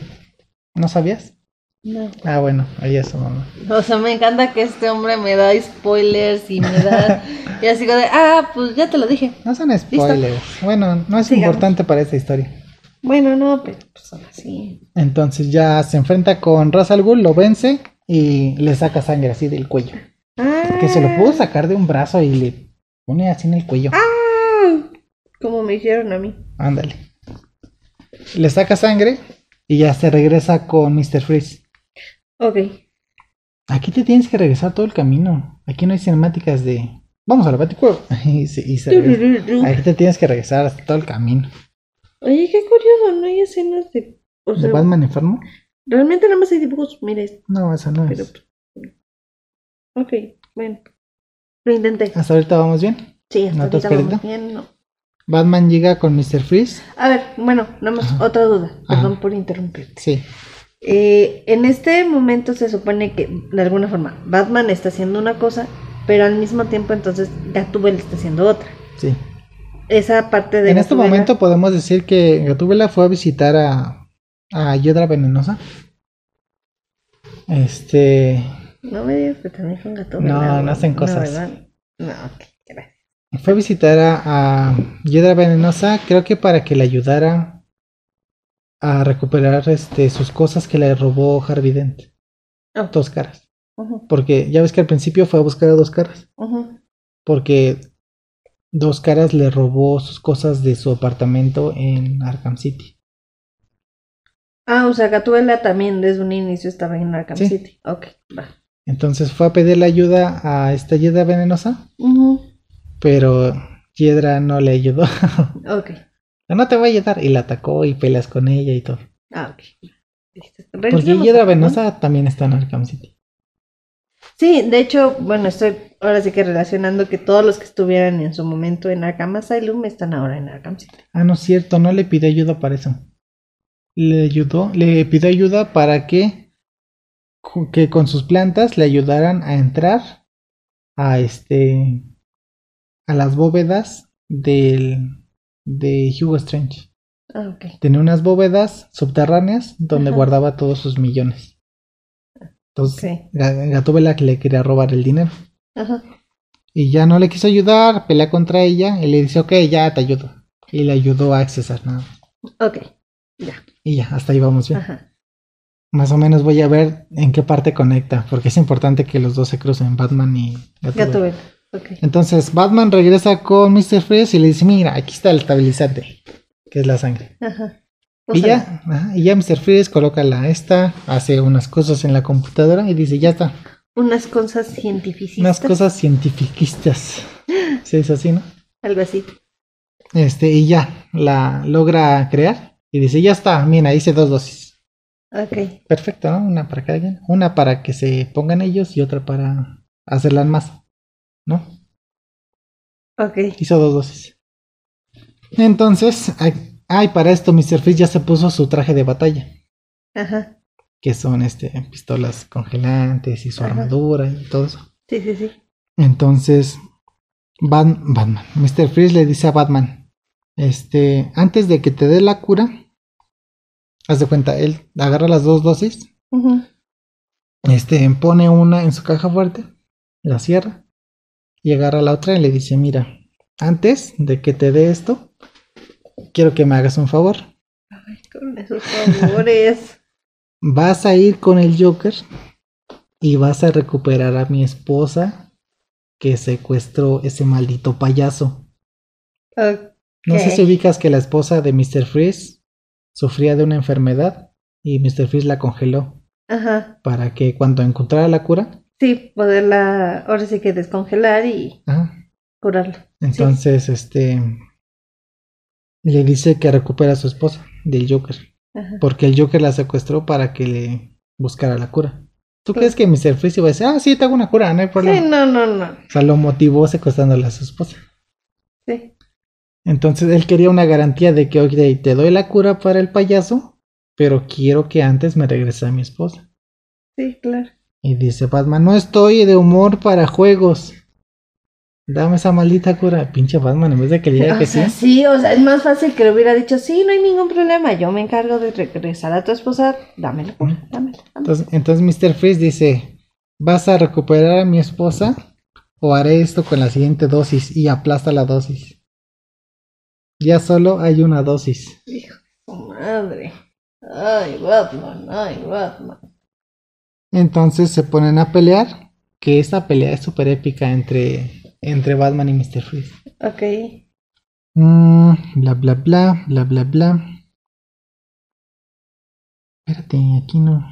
A: ¿No sabías?
B: No.
A: Ah, bueno, ella es su mamá.
B: O sea, me encanta que este hombre me da spoilers y me da. y así como de, ah, pues ya te lo dije.
A: No son spoilers. Bueno, no es
B: Sigamos.
A: importante para esta historia.
B: Bueno, no, pero pues son así.
A: Entonces ya se enfrenta con Ra's al Ghul, lo vence y le saca sangre así del cuello.
B: Ah,
A: Que se lo pudo sacar de un brazo y le pone así en el cuello.
B: ah, como me hicieron a mí.
A: Ándale. Le saca sangre y ya se regresa con Mr. Freeze.
B: Ok.
A: Aquí te tienes que regresar todo el camino. Aquí no hay cinemáticas de... Vamos a la Baticueva. [laughs] Y se, y se regresa.
B: Turururu.
A: Ahí te tienes que regresar hasta todo el camino.
B: Oye, qué curioso, no hay escenas de. O
A: ¿De
B: sea,
A: Batman enfermo?
B: realmente nada más hay dibujos. Mira esto,
A: No, eso no
B: pero.
A: es.
B: pues, Ok, bueno. Lo intenté.
A: Hasta ahorita vamos bien.
B: Sí, hasta
A: Ah, ¿No te has
B: ahorita vamos
A: perdido?
B: bien, no.
A: Batman llega con Mr. Freeze.
B: A ver, bueno, nada más otra duda. Perdón por interrumpirte.
A: Sí.
B: Eh, en este momento se supone que, de alguna forma, Batman está haciendo una cosa, pero al mismo tiempo entonces Gatúbel está haciendo otra.
A: Sí.
B: Esa parte de...
A: En este
B: Gatúbela-
A: momento podemos decir que Gatúbela fue a visitar a, a Yodra Venenosa. Este.
B: No me digas que también con Gatúbela.
A: No, no
B: ¿verdad?
A: hacen cosas.
B: ¿verdad? No, ok, gracias.
A: Fue a visitar a, a Yodra Venenosa, creo que para que le ayudara a recuperar este, sus cosas que le robó Harvey Dent.
B: Ah.
A: Dos caras.
B: Ujú,
A: Porque ya ves que al principio fue a buscar a dos caras.
B: ujú.
A: porque Dos Caras le robó sus cosas de su apartamento en Arkham City.
B: Ah, o sea, Gatúbela también desde un inicio estaba en Arkham
A: Sí.
B: City. Ok, va.
A: Entonces fue a pedirle ayuda a esta hiedra venenosa,
B: Ujú,
A: pero Hiedra no le ayudó. [laughs]
B: Ok.
A: no te voy a ayudar. Y la atacó y pelas con ella y todo.
B: Ah, ok. Listo.
A: Porque
B: Regresemos
A: Hiedra
B: a Batman.
A: Pues venenosa también está en Arkham City.
B: Sí, de hecho, bueno, estoy ahora sí que relacionando que todos los que estuvieran en su momento en Arkham Asylum están ahora en Arkham City.
A: Ah, no es cierto, no le pidió ayuda para eso. Le ayudó, le pidió ayuda para que, que con sus plantas le ayudaran a entrar a este a las bóvedas del de Hugo Strange.
B: Ah, ok.
A: Tenía unas bóvedas subterráneas donde
B: Ajá.
A: guardaba todos sus millones. Entonces,
B: Ok.
A: Ga- Gatúbela que le quería robar el dinero.
B: Ajá.
A: Y ya no le quiso ayudar, pelea contra ella y le dice, ok, ya te ayudo. Y le ayudó a accesar nada. más.
B: Ok.
A: Y ya, hasta ahí vamos bien.
B: Ajá.
A: Más o menos voy a ver en qué parte conecta, porque es importante que los dos se crucen, Batman y Gatúbela.
B: Gatúbela. Ok.
A: Entonces, Batman regresa con Mr. Freeze y le dice, mira, aquí está el estabilizante, que es la sangre.
B: Ajá.
A: y
B: Úsala.
A: ya, ajá, y ya Mr. Freeze coloca la esta, hace unas cosas en la computadora y dice, ya está,
B: Unas cosas científicas.
A: unas cosas cientifiquistas. Se dice así, ¿no?
B: Algo así.
A: Este, y ya, la logra crear y dice, ya está, mira, hice dos dosis.
B: Ok.
A: Perfecto, ¿no? Una para cada quien. Una para que se pongan ellos y otra para hacerla en masa. ¿No?
B: Ok.
A: Hizo dos dosis. Entonces, ay, ay, para esto Mr. Freeze ya se puso su traje de batalla.
B: Ajá.
A: Que son este pistolas congelantes y su
B: Ajá.
A: armadura y todo eso.
B: Sí, sí, sí.
A: Entonces, Bat- Batman. Mr. Freeze le dice a Batman. Este, antes de que te dé la cura, haz de cuenta, él agarra las dos dosis
B: Ujú.
A: este, pone una en su caja fuerte, la cierra y agarra la otra y le dice, mira, antes de que te dé esto, quiero que me hagas un favor.
B: Con esos favores.
A: Vas a ir con el Joker y vas a recuperar a mi esposa que secuestró ese maldito payaso.
B: Ok.
A: No sé
B: Ok.
A: si ubicas que la esposa de Mr. Freeze sufría de una enfermedad y Mr. Freeze la congeló
B: Ajá.
A: para que cuando encontrara la cura.
B: Sí, poderla ahora sí que descongelar y
A: Ajá.
B: curarla.
A: Entonces, este le dice que recupera a su esposa del Joker,
B: Ajá.
A: porque el Joker la secuestró para que le buscara la cura. ¿Tú crees que Mr. Freeze iba a decir, ah, sí, te hago una cura, no hay problema?
B: Pues Sí, no, no, no.
A: O sea, lo motivó secuestrándole a su esposa.
B: Sí.
A: Entonces él quería una garantía de que, oye, te doy la cura para el payaso, pero quiero que antes me regrese a mi esposa.
B: Sí, claro.
A: Y dice Batman, no estoy de humor para juegos. Dame esa maldita cura. Pinche Batman, en vez de que le diga
B: [laughs] o
A: que
B: sea,
A: sí.
B: sí, o sea, es más fácil que le hubiera dicho, sí, no hay ningún problema, yo me encargo de regresar a tu esposa, dámelo, dámelo.
A: Entonces, entonces Mr. Freeze dice, ¿vas a recuperar a mi esposa? ¿O haré esto con la siguiente dosis? Y aplasta la dosis. Ya solo hay una dosis.
B: Madre. Ay, Batman, ay, Batman.
A: Entonces se ponen a pelear, que esta pelea es súper épica entre, entre Batman y Mr. Freeze.
B: Ok.
A: Mm, bla, bla, bla, bla, bla, bla. Espérate, aquí no.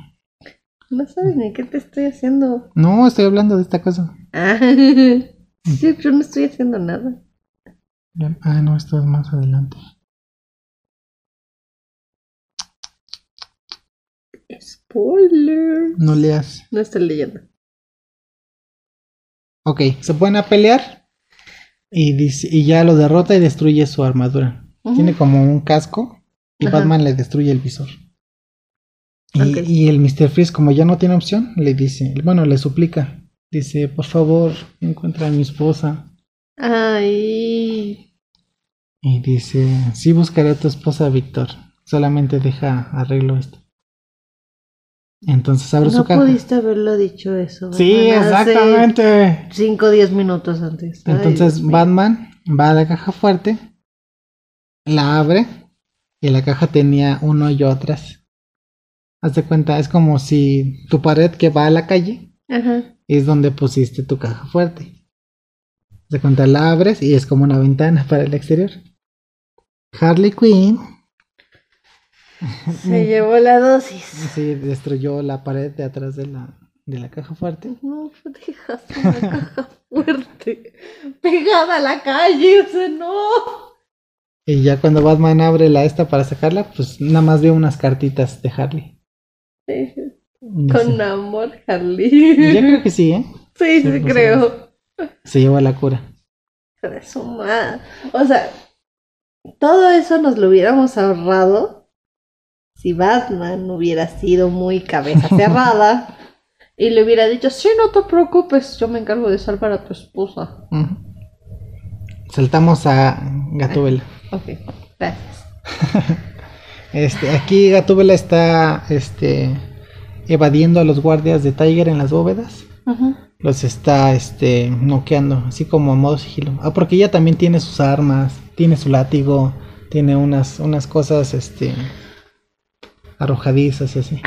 B: No sabes ni qué te estoy [laughs] haciendo.
A: No, estoy hablando de esta cosa.
B: Ah, sí, yo no estoy haciendo nada.
A: Bla- Ah, no, esto es más adelante.
B: Spoiler.
A: No leas.
B: No estoy leyendo.
A: Ok, se ponen a pelear y, dice- y ya lo derrota y destruye su armadura.
B: Ujú.
A: Tiene como un casco y
B: Ajá.
A: Batman le destruye el visor. Y,
B: Ok.
A: y el Mr. Freeze, como ya no tiene opción, le dice, bueno, le suplica. Dice, por favor, encuentra a mi esposa.
B: Ay.
A: Y dice, sí buscaré a tu esposa, Víctor. Solamente deja arreglo esto. Entonces abre
B: No
A: su caja.
B: pudiste haberlo dicho eso.
A: Sí,
B: Batman, hace
A: exactamente.
B: Cinco o diez minutos antes. Ay,
A: Entonces
B: Dios mío.
A: Batman va a la caja fuerte, la abre y la caja tenía un hoyo atrás. Haz de cuenta, es como si tu pared que va a la calle [laughs]
B: Ajá.
A: es donde pusiste tu caja fuerte. Haz de cuenta, la abres y es como una ventana para el exterior. Harley Quinn
B: Se llevó la dosis.
A: sí, destruyó la pared de atrás de la, de la caja fuerte.
B: No dejas una caja fuerte pegada a la calle, o sea, no.
A: Y ya cuando Batman abre la esta para sacarla, pues nada más veo unas cartitas de Harley. Dice,
B: Con amor, Harley.
A: Yo creo que sí, ¿eh?
B: [laughs]
A: Sí,
B: Sí, sí,
A: pues,
B: creo.
A: Se lleva la cura.
B: Hijo de su madre. O sea, todo eso nos lo hubiéramos ahorrado si Batman hubiera sido
A: [laughs]
B: muy cabeza cerrada y le hubiera dicho, sí, no te preocupes, yo me encargo de salvar a tu esposa.
A: Ujú. Saltamos a Gatúbela.
B: Ok, gracias.
A: Este, aquí Gatúbela está este, evadiendo a los guardias de Tiger en las bóvedas.
B: Ajá.
A: Los está este, noqueando, así como a modo sigilo. Ah, porque ella también tiene sus armas, tiene su látigo, tiene unas, unas cosas este, arrojadizas y así.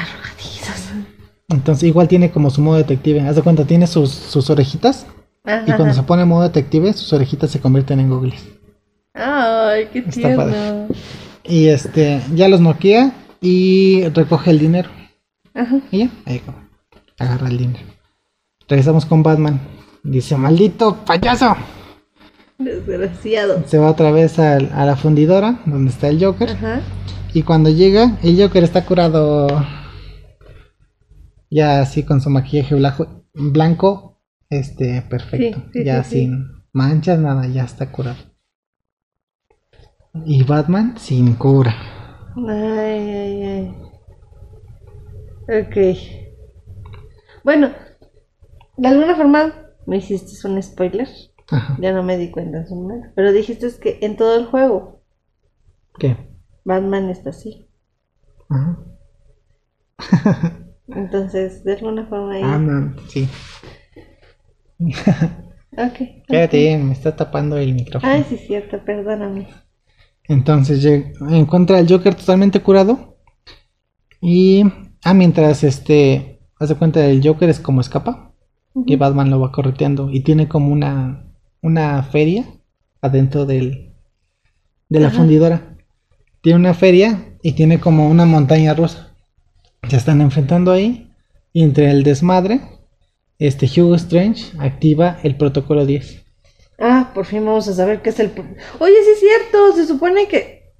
A: Entonces, igual tiene como su modo detective. Haz de cuenta, tiene sus, sus orejitas. Y
B: Ajá.
A: cuando se pone en modo detective, sus orejitas se convierten en googles.
B: Ay, qué
A: Está padre.
B: tierno.
A: Y este, ya los noquea y recoge el dinero.
B: Ajá.
A: Y ya, ahí como, agarra el dinero. Regresamos con Batman. Dice, maldito payaso.
B: Desgraciado.
A: Se va otra vez al- a, la fundidora, donde está el Joker.
B: Ajá.
A: Y cuando llega, el Joker está curado. Ya así con su maquillaje blanco, blanco este, perfecto.
B: Sí, sí,
A: ya
B: sí, sí.
A: sin manchas, nada, ya está curado. Y Batman sin cura.
B: Ay, ay, ay. Ok. Bueno, de alguna forma me hiciste un spoiler.
A: Ajá.
B: Ya no me di cuenta en su momento. Pero dijiste es que en todo el juego
A: ¿Qué?
B: Batman está así.
A: Ajá.
B: Entonces, de alguna forma ahí.
A: Ah, no, sí.
B: Ok.
A: Espérate, me está tapando el micrófono.
B: Ay, sí, es cierto, perdóname.
A: Entonces llega- encuentra al Joker totalmente curado. Y. Ah, mientras este. Hace cuenta el Joker es como escapa. Y Batman lo va correteando. Y tiene como una. Una feria. Adentro del. De la
B: Ajá.
A: fundidora. Tiene una feria. Y tiene como una montaña rusa. Se están enfrentando ahí. Y entre el desmadre. Este Hugo Strange activa el protocolo 10.
B: Ah, por fin vamos a saber qué es el... pro- Oye, sí es cierto, se supone que...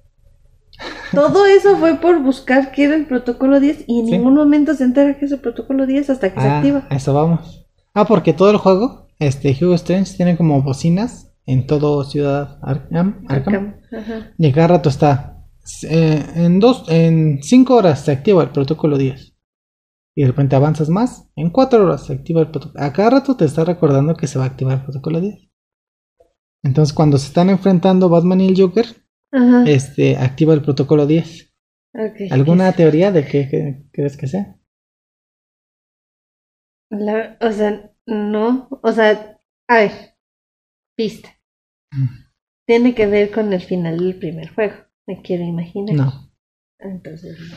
A: [laughs]
B: Todo eso fue por buscar qué era el protocolo 10 y en
A: Sí.
B: ningún momento se entera que es el protocolo 10 hasta que se
A: Ah,
B: activa.
A: a eso vamos. Ah, porque todo el juego, este Hugo Strange tiene como bocinas en todo Ciudad Arkham. Arkham.
B: Ajá.
A: Y cada rato está. eh, en dos, en cinco horas se activa el protocolo 10. Y de repente avanzas más. En cuatro horas se activa el protocolo. A cada rato te está recordando que se va a activar el protocolo 10. Entonces cuando se están enfrentando Batman y el Joker,
B: Ajá.
A: este activa el protocolo 10.
B: ok.
A: ¿Alguna teoría de qué qué crees que sea?
B: La- o sea, no, o sea, a ver, pista.
A: Mm.
B: Tiene que ver con el final del primer juego, me quiero imaginar.
A: No.
B: Entonces, no.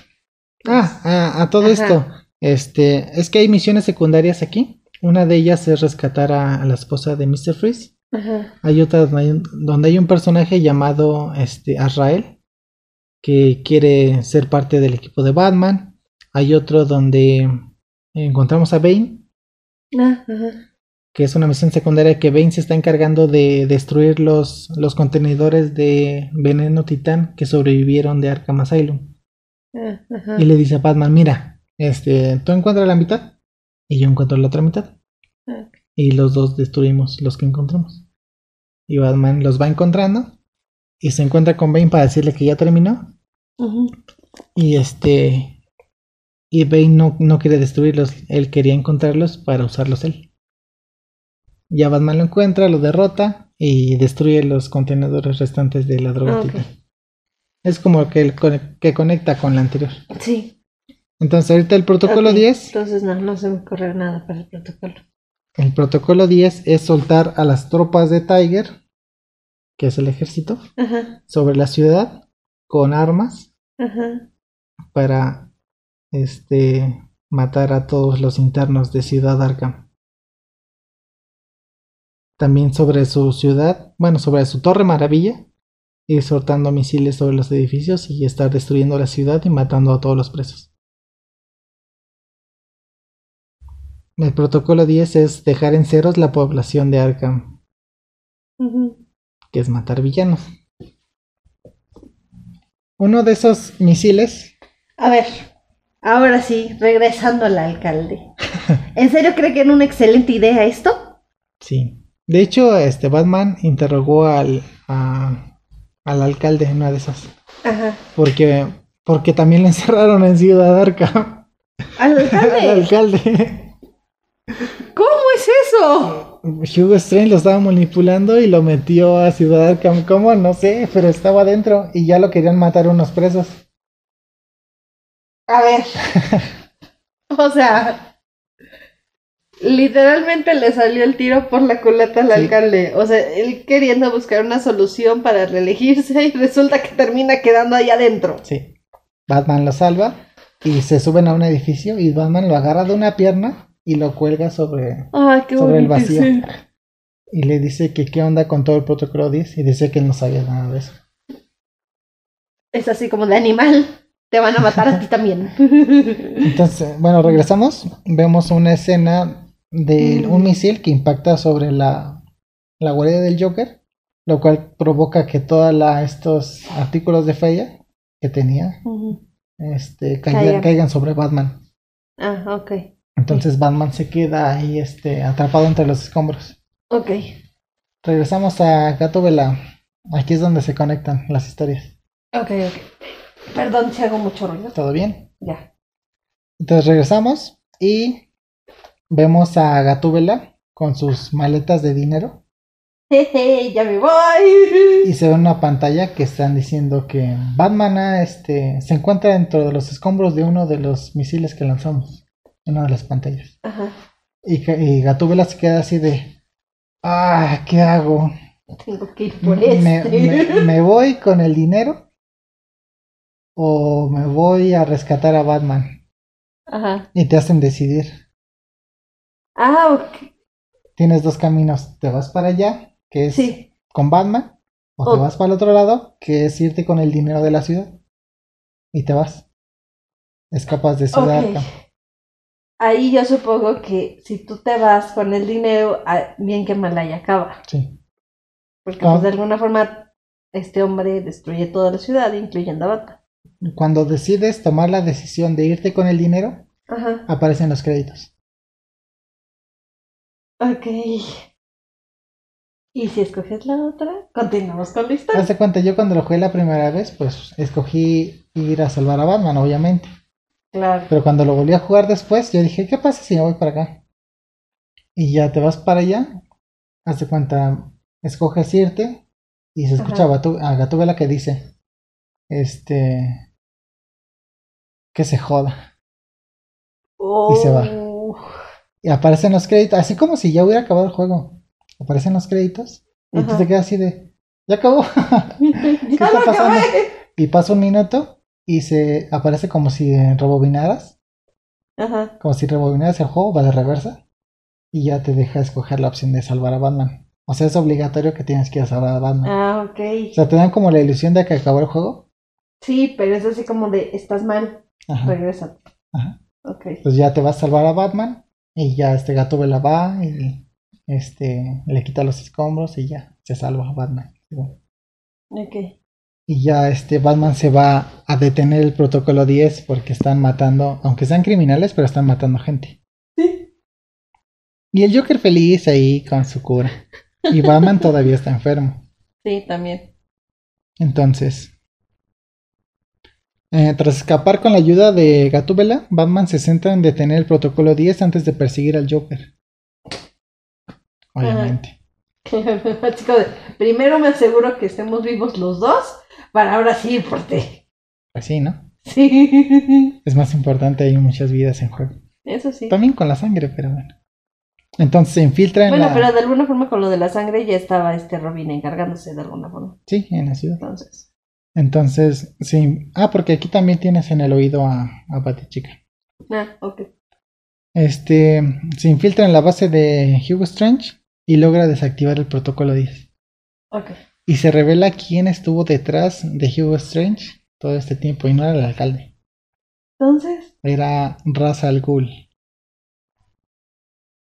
A: Ah, a, a todo
B: Ajá.
A: esto. Este, es que hay misiones secundarias aquí. Una de ellas es rescatar a, a la esposa de Mr. Freeze.
B: Ajá.
A: Hay otra donde hay un, donde hay un personaje llamado este, Azrael que quiere ser parte del equipo de Batman. Hay otro donde encontramos a Bane,
B: Ah, ajá.
A: que es una misión secundaria que Bane se está encargando de destruir los, los contenedores de veneno titán que sobrevivieron de Arkham Asylum.
B: Ah, ajá.
A: Y le dice a Batman, mira, este, tú encuentras la mitad y yo encuentro la otra mitad.
B: Ok.
A: Y los dos destruimos los que encontramos. Y Batman los va encontrando y se encuentra con Bane para decirle que ya terminó.
B: Ujú.
A: Y este, y Bane no, no quiere destruirlos, él quería encontrarlos para usarlos él. Ya Batman lo encuentra, lo derrota y destruye los contenedores restantes de la droga
B: Ok.
A: titán. Es como que, el, con- que conecta con la anterior.
B: Sí.
A: Entonces ahorita el protocolo
B: ok.
A: 10,
B: Entonces, no, no se me ocurrió nada para el protocolo.
A: el protocolo 10 es soltar a las tropas de Tiger, que es el ejército,
B: Ajá,
A: sobre la ciudad con armas
B: ajá.
A: para este matar a todos los internos de Ciudad Arkham. También sobre su ciudad, bueno, sobre su Torre Maravilla, ir soltando misiles sobre los edificios y estar destruyendo la ciudad y matando a todos los presos. El protocolo 10 es dejar en ceros la población de Arkham,
B: ujú.
A: que es matar villanos. Uno de esos misiles
B: A ver, ahora sí, regresando
A: [laughs]
B: al alcalde. ¿En serio cree que era una excelente idea esto?
A: Sí. De hecho, este Batman interrogó al, a- al alcalde en una de esas.
B: Ajá.
A: Porque, porque también lo [laughs] encerraron en Ciudad Arca.
B: ¿Al
A: [laughs] Al
B: alcalde?
A: alcalde.
B: ¿Cómo es eso?
A: Hugo Strange lo estaba manipulando y lo metió a Ciudad Arkham. ¿Cómo? No sé, pero estaba adentro y ya lo querían matar unos presos.
B: A ver. [laughs] O sea, literalmente le salió el tiro por la culata al
A: Sí.
B: alcalde. O sea, él queriendo buscar una solución para reelegirse y resulta que termina quedando ahí adentro.
A: Sí. Batman lo salva y se suben a un edificio y Batman lo agarra de una pierna y lo cuelga sobre,
B: Ay, qué
A: sobre el
B: bonito.
A: vacío.
B: sí.
A: Y le dice que qué onda con todo el protocolo 10 y dice que él no sabía nada de eso.
B: Es así como de animal. Te van a matar a
A: [laughs]
B: ti también.
A: Entonces, bueno, regresamos. Vemos una escena de un misil que impacta sobre la, la guardia del Joker, lo cual provoca que todos estos artículos de feria que tenía
B: Ujú.
A: este, caigan,
B: Caigan.
A: caigan sobre Batman.
B: Ah, ok.
A: Entonces Batman se queda ahí este, atrapado entre los escombros.
B: Ok.
A: Regresamos a Gato Vela. Aquí es donde se conectan las historias.
B: Ok, ok. Perdón si hago mucho ruido.
A: ¿Todo bien?
B: Ya. [laughs]
A: Entonces regresamos y vemos a Gatúbela con sus maletas de dinero
B: Jeje, ya me voy.
A: y se ve una pantalla que están diciendo que Batman ah, este, se encuentra dentro de los escombros de uno de los misiles que lanzamos. Una de las pantallas.
B: Ajá.
A: Y, Ga- y Gatúbela se queda así de... Ah, ¿qué hago?
B: Tengo que ir por
A: Me,
B: este.
A: me- [laughs] me voy con el dinero? ¿O me voy a rescatar a Batman?
B: [laughs] Ajá.
A: Y te hacen decidir.
B: Ah, ok.
A: Tienes dos caminos. Te vas para allá, que es
B: Sí.
A: con Batman, o te
B: O-
A: vas para el otro lado, que es irte con el dinero de la ciudad. Y te vas. Escapas de Ciudad
B: Ok.
A: Arkham.
B: Ahí yo supongo que si tú te vas con el dinero, ah, bien que mal ahí acaba.
A: Sí.
B: Porque
A: Ah.
B: pues de alguna forma este hombre destruye toda la ciudad, incluyendo a Batman.
A: Cuando decides tomar la decisión de irte con el dinero,
B: Ajá.
A: aparecen los créditos.
B: Ok. Y si escoges la otra, continuamos con la historia.
A: Haz de cuenta, yo cuando lo jugué la primera vez, pues escogí ir a salvar a Batman, obviamente.
B: Claro.
A: Pero cuando lo volví a jugar después, yo dije, ¿qué pasa si me voy para acá? Y ya te vas para allá, haz de cuenta, escoges irte y se escucha a,
B: Ajá.
A: Batu- a Gatúbela que dice, este, que se joda. Y se va.
B: Oh.
A: [laughs] Y aparecen los créditos, así como si ya hubiera acabado el juego. Aparecen los créditos y tú
B: Ajá.
A: te quedas así de, ya acabó. [laughs]
B: ¿Qué [laughs]
A: está pasando? y pasa un minuto y se aparece como si rebobinaras.
B: Ajá.
A: como si rebobinaras el juego, va de reversa y ya te deja escoger la opción de salvar a Batman. O sea, es obligatorio que tienes que ir a salvar a Batman.
B: Ah,
A: O
B: ok.
A: sea, te dan como la ilusión de que acabó el juego.
B: Sí, pero es así como de, estás mal,
A: Ajá.
B: regresa.
A: Ajá.
B: Ok.
A: Pues ya te vas a salvar a Batman y ya este gato la va y este le quita los escombros y ya se salva a Batman.
B: Ok.
A: Y ya este Batman se va a detener el protocolo 10 porque están matando, aunque sean criminales, pero están matando gente.
B: Sí.
A: Y el Joker feliz ahí con su cura. Y Batman todavía está enfermo.
B: Sí, también.
A: Entonces, eh, tras escapar con la ayuda de Gatúbela, Batman se centra en detener el protocolo 10 antes de perseguir al Joker. Obviamente.
B: [laughs] Así como de, primero me aseguro que estemos vivos los dos, para ahora sí irte.
A: Pues sí, ¿no?
B: [laughs] Sí.
A: Es más importante, hay muchas vidas en juego.
B: Eso sí.
A: También con la sangre, pero bueno. Entonces se infiltra en,
B: Bueno,
A: la...
B: pero de alguna forma con lo de la sangre ya estaba este Robin encargándose de alguna forma.
A: Sí, en la ciudad.
B: Entonces.
A: Entonces, sí. Ah, porque aquí también tienes en el oído a, a Batichica.
B: Ah, ok.
A: Este, se infiltra en la base de Hugo Strange y logra desactivar el protocolo 10.
B: Ok.
A: Y se revela quién estuvo detrás de Hugo Strange todo este tiempo y no era el alcalde,
B: Entonces. [laughs]
A: era Ra's al Ghul.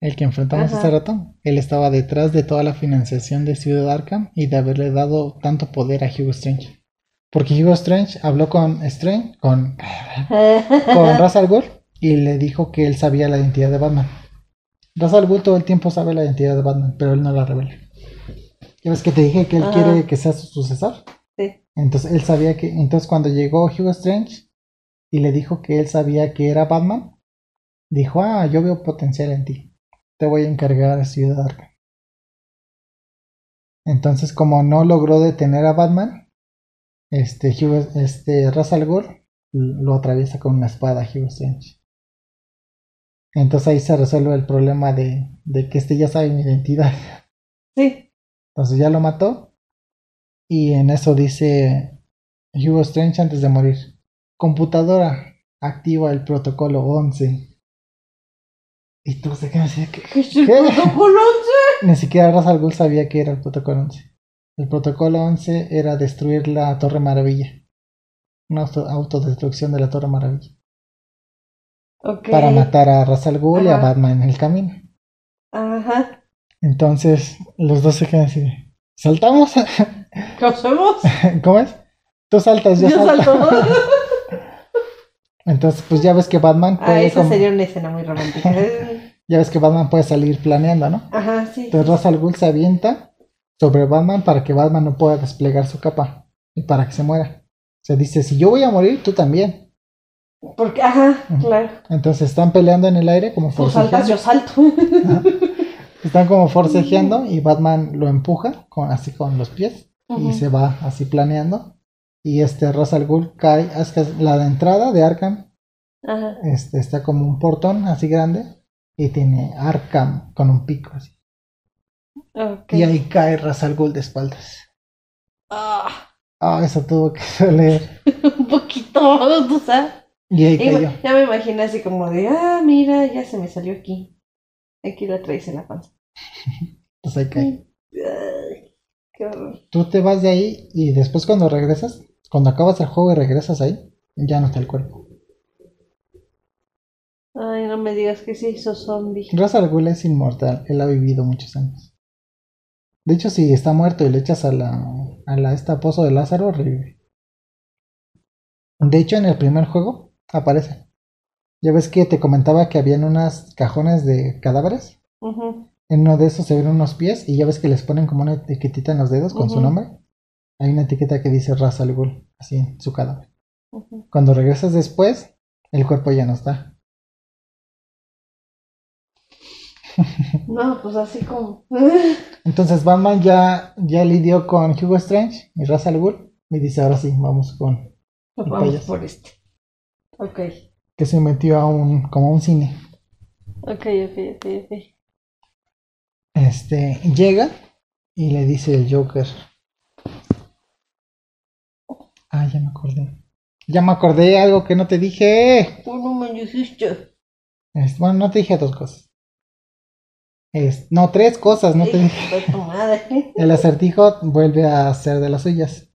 A: El que enfrentamos
B: Ajá.
A: hace rato, él estaba detrás de toda la financiación de Ciudad Arkham y de haberle dado tanto poder a Hugo Strange. Porque Hugo Strange habló con Strange, con, con Ra's al Ghul y le dijo que él sabía la identidad de Batman. Ra's al Ghul todo el tiempo sabe la identidad de Batman, pero él no la revela. ¿Ya ves que te dije que él
B: Ajá.
A: quiere que sea su sucesor?
B: Sí.
A: Entonces él sabía que. Entonces cuando llegó Hugo Strange y le dijo que él sabía que era Batman, dijo: Ah, yo veo potencial en ti. Te voy a encargar a Ciudad Arkham". Entonces, como no logró detener a Batman, este, Hugo, este Ra's al Ghul lo atraviesa con una espada Hugo Strange. Entonces ahí se resuelve el problema de, de que este ya sabe mi identidad.
B: Sí.
A: Entonces ya lo mató. Y en eso dice Hugo Strange antes de morir. Computadora, activa el protocolo 11. Y tú se quedas así de que...
B: ¿Qué?
A: Ni siquiera Ra's al Ghul sabía que era el protocolo 11. El protocolo 11 era destruir la Torre Maravilla. Una auto- autodestrucción de la Torre Maravilla.
B: Ok.
A: Para matar a Ra's al Ghul y a
B: Ajá.
A: Batman en el camino.
B: Ajá.
A: Entonces los dos se quedan así de... ¿Saltamos? [laughs]
B: ¿Qué hacemos?
A: ¿Cómo es? Tú saltas, yo,
B: Yo
A: salto. [laughs]
B: salto.
A: Pues Entonces, pues ya ves que Batman puede
B: Ah, esa
A: como-
B: sería una escena
A: [laughs]
B: muy romántica.
A: ya ves que Batman puede salir planeando, ¿no?
B: Ajá, sí.
A: Entonces Ra's al Ghul se avienta sobre Batman para que Batman no pueda desplegar su capa y para que se muera. Se dice, si yo voy a morir, tú también.
B: Porque, ajá,
A: Ujú. Pues
B: claro.
A: Entonces están peleando en el aire como
B: Tú saltas,
A: forcejeando.
B: yo salto.
A: Están como
B: Mm.
A: forcejeando y Batman lo empuja con, así con los pies y
B: Ujú.
A: se va así planeando. Y este Ra's al Ghul cae hasta la entrada de Arkham
B: Ajá.
A: este, está como un portón así grande y tiene Arkham con un pico así.
B: Ok.
A: Y ahí cae Razal Gul de espaldas.
B: Ah,
A: Ah, eso tuvo que [laughs] salir.
B: un poquito, tú sabes.
A: Y ahí
B: Ima-
A: cayó.
B: ya me imagino así como de, ah, mira, ya se me salió aquí. Aquí la traes en la panza.
A: Pues ahí cae.
B: Ay, qué horror.
A: Tú te vas de ahí y después cuando regresas, cuando acabas el juego y regresas ahí, ya no está el cuerpo.
B: Ay, no me digas que se hizo zombie.
A: Ra's al Ghul es inmortal, él ha vivido muchos años. De hecho, si está muerto y le echas a la, a la esta pozo de Lázaro, revive. De hecho, en el primer juego aparece. Ya ves que te comentaba que habían unas cajones de cadáveres.
B: Ujú.
A: En uno de esos se ven unos pies y ya ves que les ponen como una etiquetita en los dedos con su
B: Ujú.
A: nombre. Hay una etiqueta que dice Ra's al Ghul, así en su cadáver.
B: Ujú.
A: Cuando regresas después, el cuerpo ya no está.
B: No, pues así como. [laughs] pues
A: Entonces Batman ya, ya lidió con Hugo Strange y Ra's al Ghul y dice ahora sí, vamos con
B: Vamos
A: payaso.
B: por este. Ok,
A: que se metió a un como a un cine.
B: ok, ok, ok, ok.
A: Este llega y le dice el Joker. Ah, ya me acordé. Ya me acordé de algo que no te dije.
B: Tú no me dijiste.
A: Es- bueno, no te dije dos cosas. Es- no, tres cosas, no te dije.
B: Hijo de tu madre.
A: El acertijo vuelve a hacer de las suyas.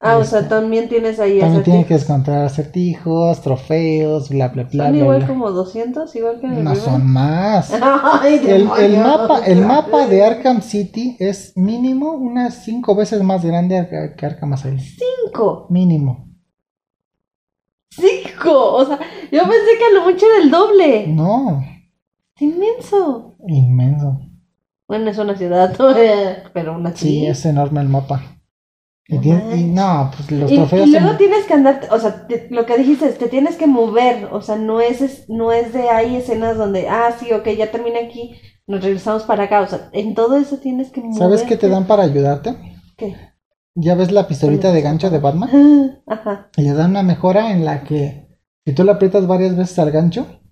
B: Ah, o sea,
A: Este,
B: también tienes ahí
A: También tiene que
B: acertijos.
A: encontrar acertijos, trofeos, bla, bla, bla.
B: Son
A: bla,
B: igual
A: bla.
B: como 200, igual que en el
A: No
B: primero.
A: son más.
B: [laughs] Ay,
A: El, el
B: demonios.
A: mapa, el mapa de Arkham City es mínimo unas cinco veces más grande arca- que Arkham Asylum.
B: Cinco.
A: Mínimo.
B: Cinco. O sea, yo pensé que a lo mucho era el doble.
A: No,
B: Es inmenso.
A: inmenso.
B: Bueno, es una ciudad, [laughs] ¿no? Eh, pero una
A: Sí,
B: ciudad.
A: es enorme el mapa. Y,
B: No
A: tiene- y
B: manches.
A: no, pues los
B: Y,
A: trofeos.
B: y luego
A: son-
B: tienes que andarte, o sea, te- lo que dijiste, es, te tienes que mover, o sea, no es, es- no es de ahí escenas donde, ah, sí, ok, ya termina aquí, nos regresamos para acá, o sea, en todo eso tienes que mover.
A: ¿Sabes qué te dan para ayudarte?
B: ¿Qué?
A: Ya ves la pistolita de gancho de Batman.
B: [laughs] Ajá,
A: Y le dan una mejora en la que si tú le aprietas varias veces al gancho,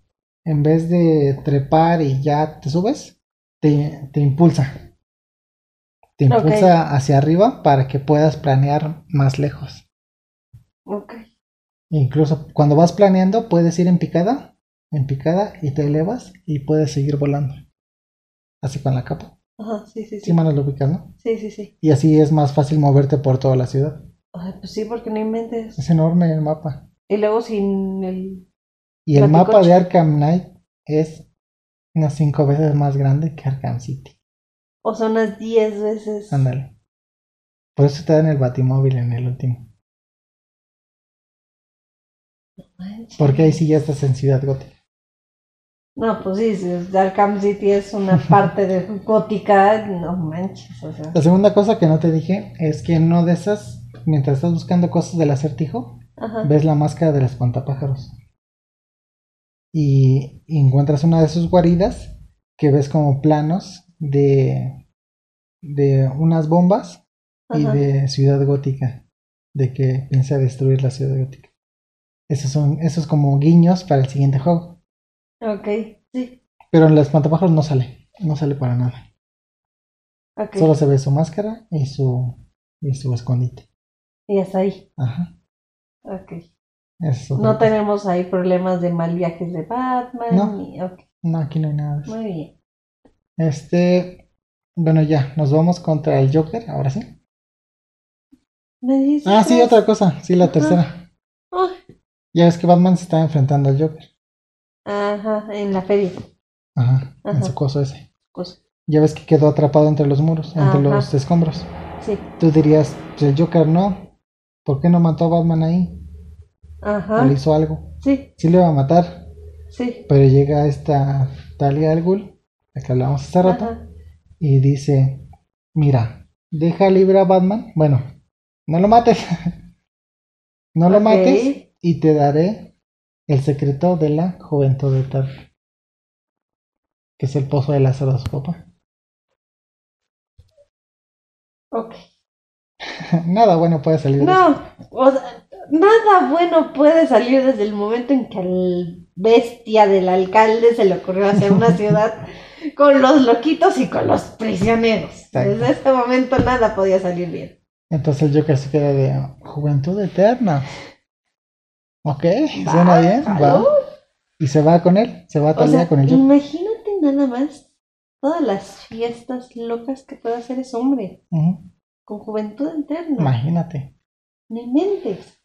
A: en vez de trepar y ya te subes, te, te impulsa. Te
B: Ok.
A: impulsa hacia arriba para que puedas planear más lejos.
B: ok.
A: Incluso cuando vas planeando, puedes ir en picada, en picada y te elevas y puedes seguir volando. Así con la capa.
B: Ajá, sí,
A: Sí,
B: sí, sí.
A: manos lo ubicas, ¿no?
B: Sí, sí, sí.
A: Y así es más fácil moverte por toda la ciudad.
B: Ay, pues sí, porque no inventes.
A: Es enorme el mapa.
B: Y luego sin el...
A: Y el mapa
B: Platicoche.
A: de Arkham Knight es unas cinco veces más grande que Arkham City.
B: O sea, unas 10 veces.
A: Ándale. Por eso te dan el batimóvil en el último.
B: Manches.
A: Porque ahí sí ya estás en Ciudad Gótica.
B: No, pues sí, sí, es- Arkham City es
A: [laughs]
B: una parte de gótica, no manches, o sea.
A: La segunda cosa que no te dije es que en uno de esas, mientras estás buscando cosas del acertijo,
B: Ajá.
A: ves la máscara del espantapájaros. Y, y encuentras una de sus guaridas que ves como planos de, de unas bombas y
B: Ajá.
A: de Ciudad Gótica, de que piensa destruir la Ciudad Gótica. Esos son, esos como guiños para el siguiente juego.
B: Ok, sí,
A: Pero en la espantapájaros no sale, no sale para nada.
B: ok.
A: Solo se ve su máscara y su y su escondite.
B: Y hasta ahí.
A: Ajá.
B: Ok.
A: esa es otra cosa.
B: No tenemos ahí problemas de mal viajes de Batman.
A: No.
B: ni- ok,
A: No, aquí no hay nada de eso.
B: muy bien.
A: Este, bueno ya, nos vamos contra el Joker, ahora sí.
B: ¿Me dices
A: Ah, sí,
B: tres?
A: otra cosa, sí, la
B: Ajá.
A: tercera.
B: Ay,
A: Ya ves que Batman se está enfrentando al Joker.
B: Ajá, en la feria.
A: Ajá, en
B: Ajá.
A: su coso ese.
B: Pues,
A: Ya ves que quedó atrapado entre los muros, entre
B: Ajá.
A: los escombros.
B: sí.
A: Tú dirías, "Pues el Joker no. ¿Por qué no mató a Batman ahí? ¿O
B: Ajá.
A: le hizo algo?
B: Sí,
A: Sí le va a matar,
B: sí.
A: pero llega esta Talia al Ghul, la que hablamos hace rato,
B: Ajá.
A: y dice, mira, deja libre a Batman. Bueno, no lo mates. [laughs] no lo
B: Ok.
A: mates y te daré el secreto de la juventud de Tar, que es el pozo de la zaroscopa.
B: Ok.
A: [laughs] Nada bueno puede salir de eso.
B: No, o sea, nada bueno puede
A: [laughs]
B: salir desde el momento en que al bestia del alcalde se le ocurrió hacer una ciudad con los loquitos y con los prisioneros. Desde ese momento nada podía salir bien.
A: Entonces el Joker se queda de juventud eterna. Ok, suena bien, va.
B: ¿Aló?
A: Y se va con él, se va a
B: O
A: Talía
B: sea,
A: con el Joker.
B: imagínate nada más todas las fiestas locas que puede hacer ese hombre
A: Ujú,
B: con juventud eterna.
A: Imagínate.
B: Ni mentes.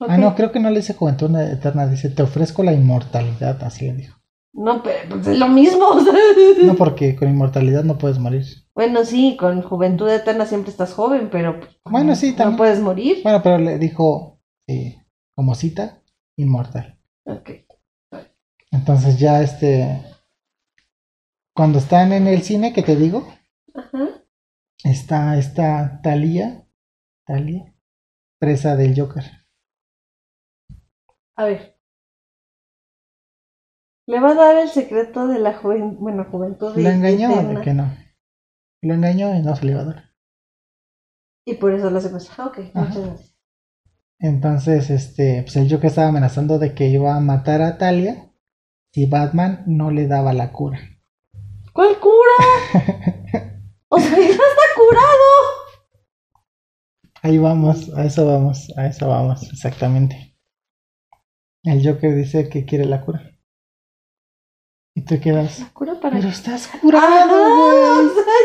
B: Ok.
A: Ah, no, creo que no le dice juventud eterna, dice te ofrezco la inmortalidad, así le dijo.
B: No, pero pues, es lo mismo. o sea.
A: No, porque con inmortalidad no puedes morir.
B: Bueno, sí, con juventud eterna siempre estás joven, pero pues,
A: Bueno, sí,
B: no
A: también.
B: puedes morir.
A: Bueno, pero le dijo, eh, como cita, inmortal.
B: Ok.
A: Entonces ya este, cuando están en el cine, que te digo,
B: Ajá.
A: está esta Talía, Talía, presa del Joker.
B: A ver. Le va a dar el secreto de la juven- bueno, juventud
A: Lo engañó
B: eterna,
A: de que no. Lo engañó y no se le iba a dar.
B: Y por eso lo secuestra. Ah, ok,
A: Ajá.
B: muchas gracias.
A: Entonces, este, pues el Joker estaba amenazando de que iba a matar a Talia si Batman no le daba la cura.
B: ¿Cuál cura?
A: [laughs]
B: o sea, [laughs] ya está curado.
A: Ahí vamos, a eso vamos, a eso vamos, exactamente. El Joker dice que quiere la cura. Y te quedas.
B: Cura para
A: Pero estás
B: Ah,
A: curado,
B: Ajá,
A: güey.
B: o sea,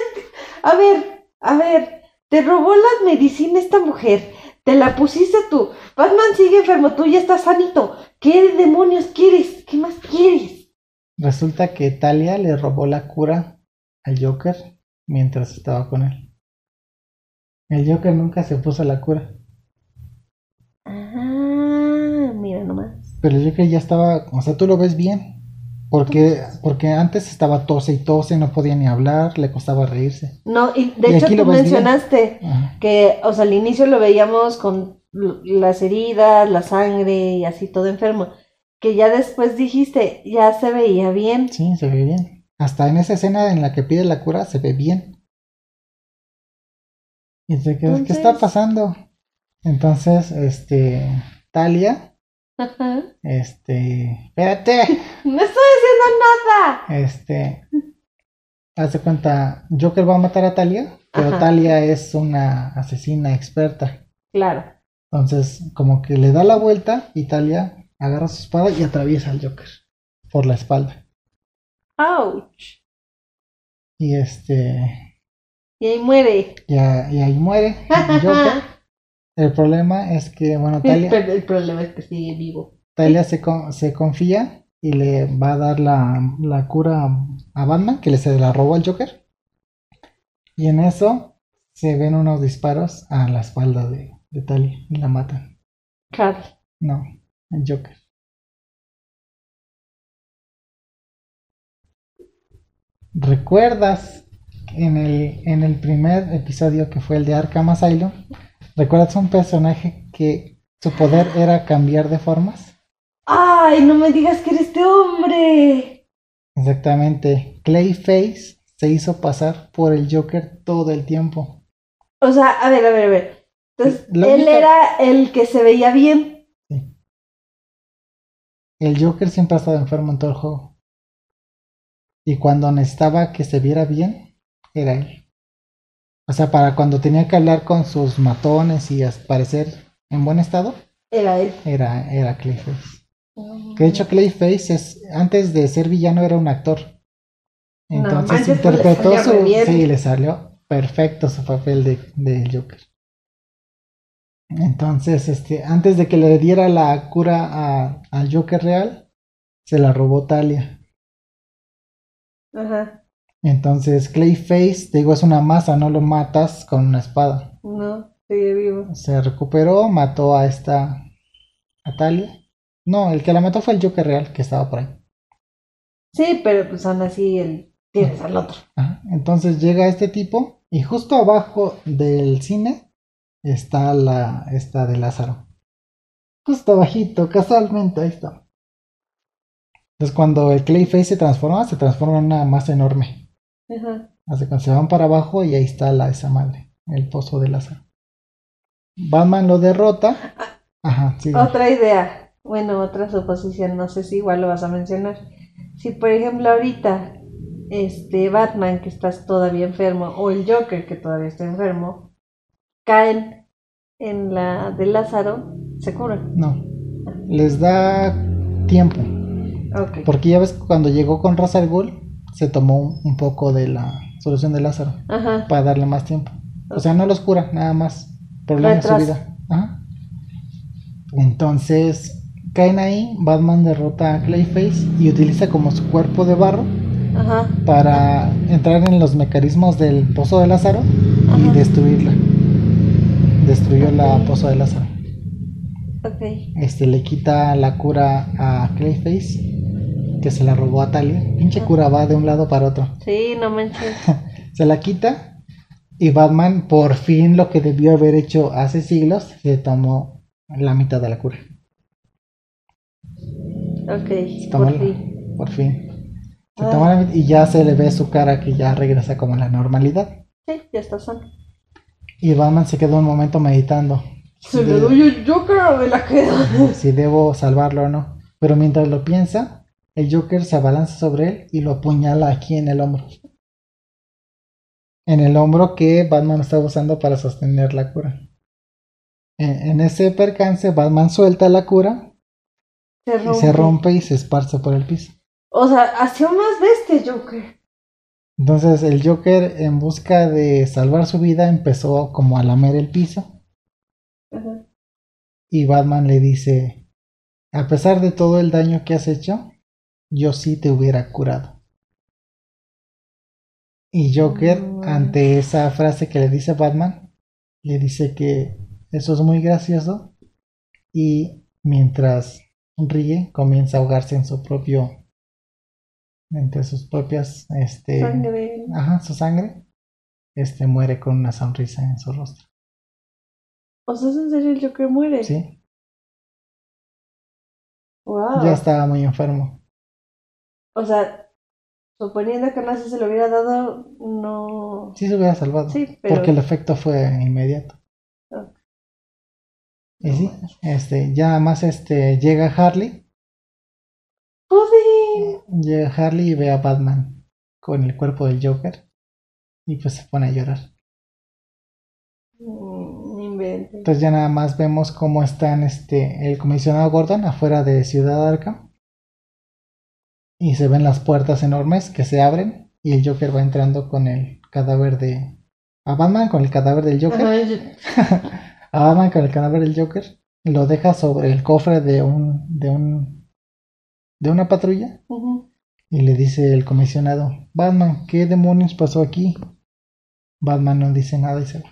B: a ver, a ver, te robó la medicina esta mujer, te la pusiste tú, Batman sigue enfermo, tú ya estás sanito, ¿qué demonios quieres? ¿Qué más quieres?
A: Resulta que Talia le robó la cura al Joker mientras estaba con él. El Joker nunca se puso la cura.
B: Ah, mira nomás.
A: Pero el Joker ya estaba, o sea, tú lo ves bien. Porque, porque antes estaba tose y tose, no podía ni hablar, le costaba reírse.
B: No, y de
A: Y
B: hecho
A: aquí
B: tú
A: lo ves bien.
B: mencionaste
A: Ajá.
B: que, o sea, al inicio lo veíamos con l- las heridas, la sangre y así todo enfermo, que ya después dijiste, ya se veía bien.
A: Sí, se ve bien. Hasta en esa escena en la que pide la cura se ve bien. Y te quedas, ¿qué está
B: Entonces-
A: pasando? Entonces, este, Talia,
B: Ajá.
A: este, espérate,
B: No estoy diciendo nada.
A: este, hace cuenta, Joker va a matar a Talia, pero
B: Ajá.
A: Talia es una asesina experta.
B: Claro.
A: Entonces, como que le da la vuelta y Talia agarra su espada y atraviesa al Joker por la espalda.
B: ¡Auch!
A: Y este,
B: Y ahí muere.
A: y, a- y ahí muere
B: [laughs]
A: el Joker. El problema es que, bueno,
B: El,
A: Talia,
B: el problema es que sigue vivo.
A: Talia se, con- se confía y le va a dar la, la cura a Batman, que le se la robó al Joker. Y en eso se ven unos disparos a la espalda de, de Talia y la matan.
B: Claro.
A: No, el Joker. ¿Recuerdas en el, en el primer episodio que fue el de Arkham Asylum? ¿Recuerdas un personaje que su poder era cambiar de formas?
B: ¡Ay, no me digas que eres este hombre!
A: Exactamente. Clayface se hizo pasar por el Joker todo el tiempo.
B: O sea, a ver, a ver, a ver. Entonces,
A: La
B: él
A: única-
B: era el que se veía bien.
A: El Joker siempre ha estado enfermo en todo el juego. Y cuando necesitaba que se viera bien, era él. O sea, para cuando tenía que hablar con sus matones y as- parecer en buen estado,
B: Era él.
A: era, era Clayface. Que de hecho Clayface es, antes de ser villano era un actor.
B: No
A: Entonces
B: manches, pues, le
A: interpretó
B: salió re
A: su...
B: bien.
A: Sí, le salió perfecto su papel de, de Joker. Entonces, este, antes de que le diera la cura a, al Joker real, se la robó Talia.
B: Ajá.
A: Entonces Clayface, te digo, es una masa, no lo matas con una espada.
B: No, sigue vivo.
A: se recuperó, mató a esta a Talia. No, el que la mató fue el Joker real que estaba por ahí.
B: Sí, pero pues aún así él tienes al otro.
A: Ajá. Entonces llega este tipo y justo abajo del cine está la esta de Lázaro. Justo abajito, casualmente, ahí está. Entonces cuando el Clayface se transforma, se transforma en una masa enorme.
B: Ajá.
A: Así que se van para abajo y ahí está la esa madre, el pozo de Lázaro. Batman lo derrota. Ajá, sí.
B: Otra idea. Bueno, otra suposición. No sé si igual lo vas a mencionar. Si, por ejemplo, ahorita este Batman que estás todavía enfermo o el Joker que todavía está enfermo caen en la de Lázaro, se curan.
A: No. Les da tiempo.
B: Ok.
A: Porque ya ves que cuando llegó con Ra's al Ghul, se tomó un- un poco de la solución de Lázaro
B: Ajá.
A: para darle más tiempo. O sea, no los cura, nada más. Problema en su
B: Retrasa.
A: vida. Ajá. Entonces, caen ahí, Batman derrota a Clayface y utiliza como su cuerpo de barro
B: Ajá.
A: para entrar en los mecanismos del pozo de Lázaro y
B: Ajá.
A: destruirla. Destruyó la pozo de Lázaro.
B: Ok.
A: Este le quita la cura a Clayface, que se la robó a Talia. Pinche cura va de un lado para otro.
B: Sí, no manches.
A: [laughs] Se la quita y Batman por fin lo que debió haber hecho hace siglos, se tomó la mitad de la cura. Se
B: Ok.
A: tomó
B: Por
A: la-
B: fin. Ah.
A: por fin. Se tomó la mit- y ya se le ve su cara que ya regresa como a la normalidad.
B: Sí, ya está sano.
A: Y Batman se quedó un momento meditando.
B: Se le doy el Joker o me
A: [laughs]
B: la quedo.
A: si debo salvarlo o no. Pero mientras lo piensa, el Joker se abalanza sobre él y lo apuñala aquí en el hombro. En el hombro que Batman estaba usando para sostener la cura. En, en ese percance, Batman suelta la cura
B: Se
A: y se rompe y se esparce por el piso.
B: O sea, hacía más bestia Joker.
A: Entonces el Joker, en busca de salvar su vida, empezó como a lamer el piso.
B: Ajá.
A: Y Batman le dice, a pesar de todo el daño que has hecho, yo sí te hubiera curado. Y Joker,
B: Mm.
A: ante esa frase que le dice Batman, le dice que eso es muy gracioso y mientras ríe comienza a ahogarse en su propio, entre sus propias, este,
B: Sangre.
A: ajá, su sangre, este muere con una sonrisa en su rostro.
B: O sea, ¿es en serio el Joker muere?
A: Sí,
B: Wow.
A: ya estaba muy enfermo.
B: O sea, suponiendo que no se se lo hubiera dado, no.
A: Sí se hubiera salvado.
B: Sí, pero-
A: Porque el efecto fue inmediato.
B: Ah.
A: Y sí, este, ya más este, llega Harley,
B: ¡Pudín!
A: llega Harley y ve a Batman con el cuerpo del Joker y pues se pone a llorar.
B: Mm, invente.
A: Entonces ya nada más vemos cómo están este, el comisionado Gordon afuera de Ciudad Arkham y se ven las puertas enormes que se abren y el Joker va entrando con el cadáver de... A Batman con el cadáver del Joker.
B: Ajá, yo-
A: a Batman con el cadáver del Joker, lo deja sobre el cofre de un, de un, de una patrulla
B: Ujú.
A: y le dice el comisionado, Batman, ¿qué demonios pasó aquí? Batman no dice nada y se va.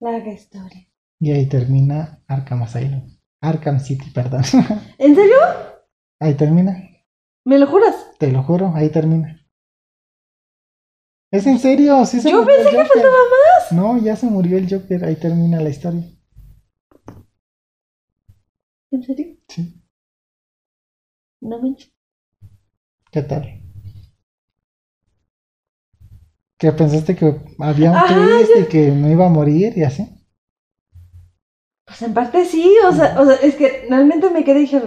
B: Larga historia.
A: Y ahí termina Arkham Asylum. Arkham City, perdón. [laughs]
B: ¿En serio?
A: ahí termina,
B: ¿Me lo juras?
A: te lo juro, ahí termina. ¿Es en serio? ¿Sí se
B: Yo
A: murió el
B: pensé que
A: Joker.
B: faltaba más.
A: No, ya se murió el Joker, ahí termina la historia.
B: ¿En serio?
A: Sí.
B: No manches.
A: ¿Qué tal? Que pensaste que había un
B: Ajá,
A: twist y que me iba a morir y así.
B: Pues en parte sí, o sea, o sea, es que realmente me quedé y dije,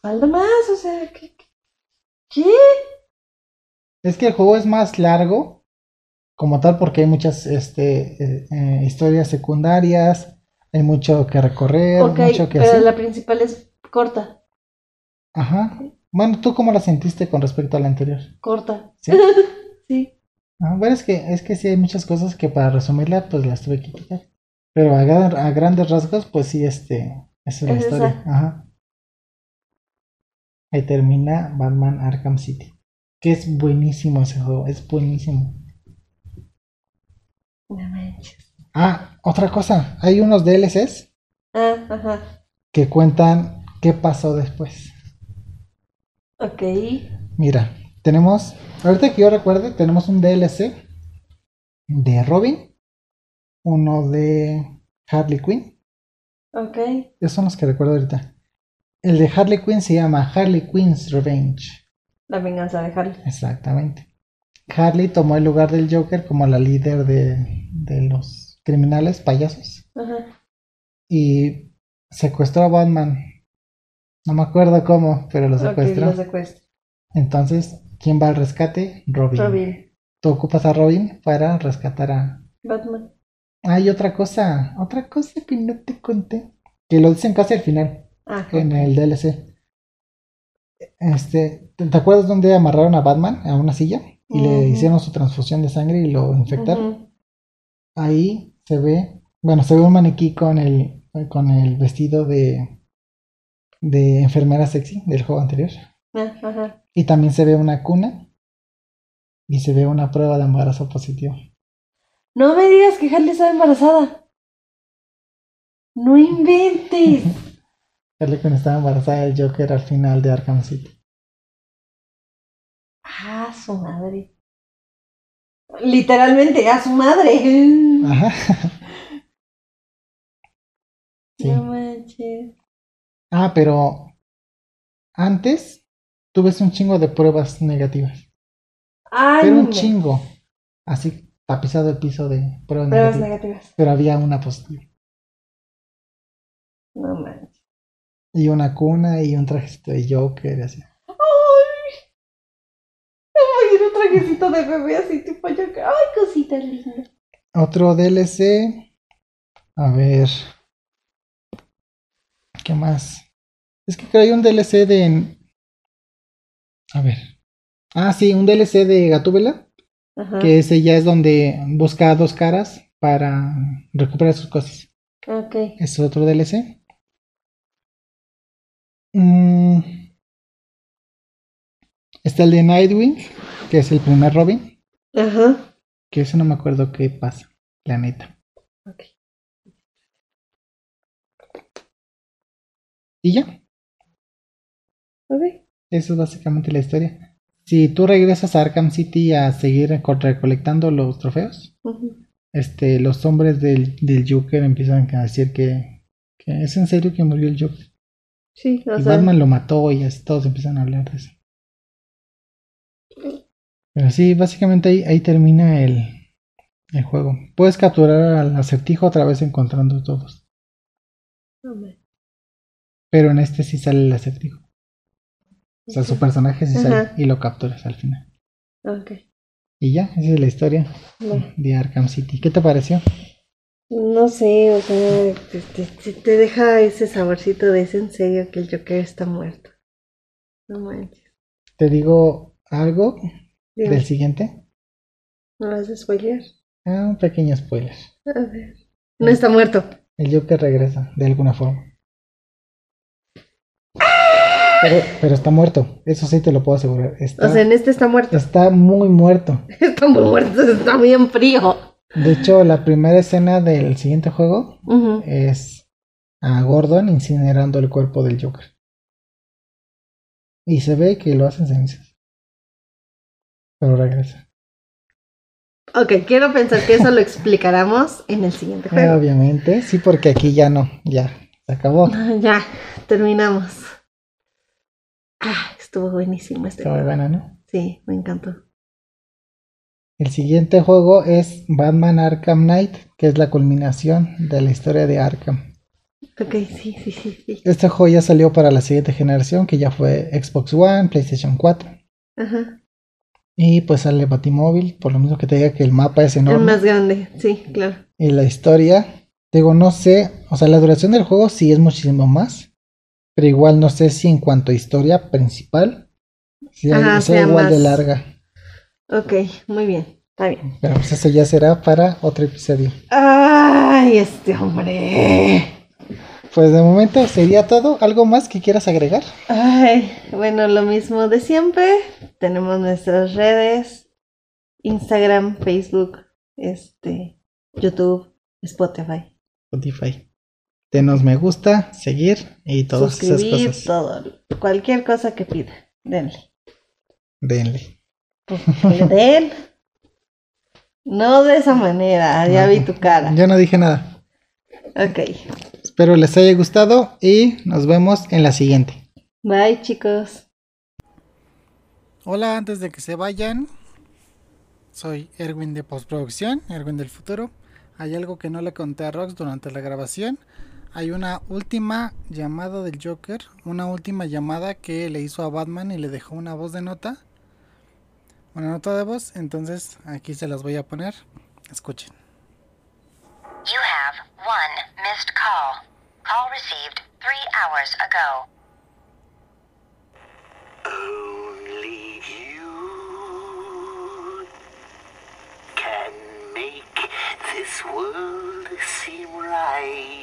B: falta más, o sea, ¿qué? qué- ¿Qué?
A: Es que el juego es más largo, como tal, porque hay muchas este, eh, eh, historias secundarias, hay mucho que recorrer,
B: Ok,
A: mucho que
B: pero
A: hacer.
B: la principal es corta,
A: Ajá. Bueno, ¿tú cómo la sentiste con respecto a la anterior?
B: corta. [laughs]
A: Sí.
B: Sí.
A: Ah, bueno, es que, es que sí hay muchas cosas que para resumirla, pues las tuve que quitar. Pero a, gran- a grandes rasgos, pues sí, este, esa es la
B: Es esa.
A: historia. Ajá. Ahí termina Batman Arkham City. Que es buenísimo ese juego, es buenísimo.
B: No manches.
A: Ah, otra cosa, hay unos DLCs
B: Ah, ajá.
A: que cuentan qué pasó después.
B: Ok.
A: Mira, tenemos, ahorita que yo recuerde, tenemos un DLC de Robin, uno de Harley Quinn.
B: Ok.
A: Esos son los que recuerdo ahorita. El de Harley Quinn se llama Harley Quinn's Revenge.
B: La venganza de Harley.
A: Exactamente. Harley tomó el lugar del Joker como la líder de, de los criminales payasos.
B: Ajá.
A: Y secuestró a Batman. No me acuerdo cómo, pero lo
B: Ok,
A: secuestró.
B: lo secuestra.
A: Entonces, ¿quién va al rescate? Robin.
B: Robin.
A: Tú ocupas a Robin para rescatar a...
B: Batman.
A: Hay otra cosa, otra cosa que no te conté. Que lo dicen casi al final,
B: Ah, Ajá.
A: en el DLC. Este, ¿te te acuerdas dónde amarraron a Batman a una silla? Y le
B: Ujú.
A: hicieron su transfusión de sangre y lo infectaron.
B: Ujú.
A: Ahí se ve, bueno, se ve un maniquí con el, con el vestido de, de enfermera sexy del juego anterior.
B: Ah, Ajá.
A: Y también se ve una cuna y se ve una prueba de embarazo positivo.
B: No me digas que Harley está embarazada. No inventes.
A: [laughs] Harley Quinn estaba embarazada del Joker al final de Arkham City.
B: ah, su madre. Literalmente, a su madre.
A: Ah, Ajá. [laughs] Sí.
B: No manches.
A: Ah, pero antes tuve un chingo de pruebas negativas.
B: Ay,
A: Pero un
B: no.
A: chingo. Así tapizado el piso de pruebas
B: Pruebas
A: negativas.
B: negativas.
A: Pero había una positiva.
B: No manches.
A: Y una cuna y un trajecito de Joker. y Así.
B: ¡Ay! Ay, era un trajecito de bebé así tipo yo. ¡Ay, cosita linda!
A: Otro DLC. A ver. ¿Qué más? Es que hay un DLC de. A ver. Ah, sí, un DLC de Gatúbela.
B: Ajá.
A: Que ese ya es donde busca a dos caras para recuperar sus cosas.
B: Ok.
A: Es otro DLC. Mm. Está el de Nightwing, que es el primer Robin.
B: Ajá.
A: Que eso no me acuerdo qué pasa, la neta.
B: Ok.
A: Y ya,
B: Ok.
A: eso es básicamente la historia. Si tú regresas a Arkham City a seguir co- recolectando los trofeos,
B: Ujú.
A: este, los hombres del, del Joker empiezan a decir que, que es en serio que murió el Joker.
B: Sí, o
A: Y
B: sea.
A: Batman lo mató y así todos empiezan a hablar de eso. Pero sí, básicamente ahí, ahí termina el, el juego. Puedes capturar al acertijo otra vez encontrando todos.
B: no manches.
A: Pero en este sí sale el acertijo. O sea, su personaje sí sale
B: Ajá.
A: y lo capturas al final.
B: Ok.
A: Y ya, esa es la historia
B: Bueno.
A: de Arkham City. ¿Qué te pareció?
B: No sé, o sea, te, te- te- te deja ese saborcito de es en serio que el Joker está muerto. No manches.
A: ¿Te digo algo
B: Dime,
A: del siguiente?
B: ¿No vas a spoiler?
A: Ah, un pequeño spoiler.
B: A ver. No está muerto.
A: El Joker regresa, de alguna forma. Pero, pero está muerto, eso sí te lo puedo asegurar. Está,
B: O sea, en este está muerto.
A: está muy muerto.
B: Está muy muerto, está bien frío.
A: De hecho, la primera escena del siguiente juego
B: Ujú.
A: es a Gordon incinerando el cuerpo del Joker. Y se ve que lo hacen cenizas. Pero regresa.
B: Ok, quiero pensar que eso lo explicaremos en
A: [laughs]
B: el siguiente
A: Eh,
B: juego.
A: obviamente, sí, porque aquí ya no, ya, se acabó.
B: Ya, terminamos. Ah, estuvo buenísimo este
A: Está muy
B: juego.
A: buena, ¿no?
B: Sí, me encantó.
A: El siguiente juego es Batman Arkham Knight, que es la culminación de la historia de Arkham.
B: Ok, sí, sí, sí, sí.
A: Este juego ya salió para la siguiente generación, que ya fue Xbox One, PlayStation 4.
B: Ajá.
A: Y pues sale Batimóvil, por lo mismo que te diga que el mapa es
B: El
A: enorme.
B: más grande, sí, claro.
A: Y la historia, digo, no sé, o sea, la duración del juego sí es muchísimo más, pero igual no sé si en cuanto a historia principal, si sea
B: Ajá, sea
A: igual de
B: más.
A: larga.
B: Ok, muy bien, está bien.
A: Pero pues eso ya será para otro episodio.
B: Ay, este hombre.
A: Pues de momento sería todo. ¿Algo más que quieras agregar?
B: Ay, bueno, lo mismo de siempre. Tenemos nuestras redes, Instagram, Facebook, este, YouTube, Spotify.
A: Spotify. Denos me gusta, seguir y todas
B: Suscribir,
A: esas cosas.
B: todo, cualquier cosa que pida, denle. [laughs]
A: Denle.
B: Que le den. No de esa manera, ya vi tu
A: [laughs]
B: cara.
A: Yo no dije nada.
B: Ok,
A: Espero les haya gustado y nos vemos en la siguiente.
B: bye chicos.
A: Hola, antes de que se vayan, soy Erwin de postproducción, Erwin del futuro. Hay algo que no le conté a Rox durante la grabación. Hay una última llamada del Joker, una última llamada que le hizo a Batman y le dejó una voz de nota. Una nota de voz, entonces aquí se las voy a poner. Escuchen.
H: You have one missed call. Call received three hours ago.
E: Only you can make this world seem right.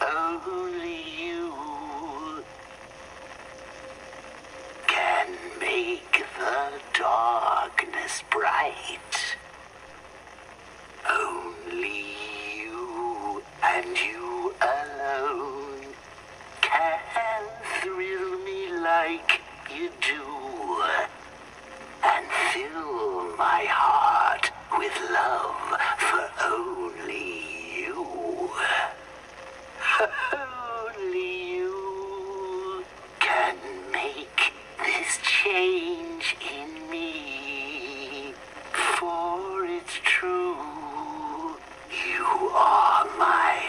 E: Only you can make the darkness bright. Only you and you alone can thrill me like you do and fill my heart with love for only you. only you can make this change in me. For it's true, you are my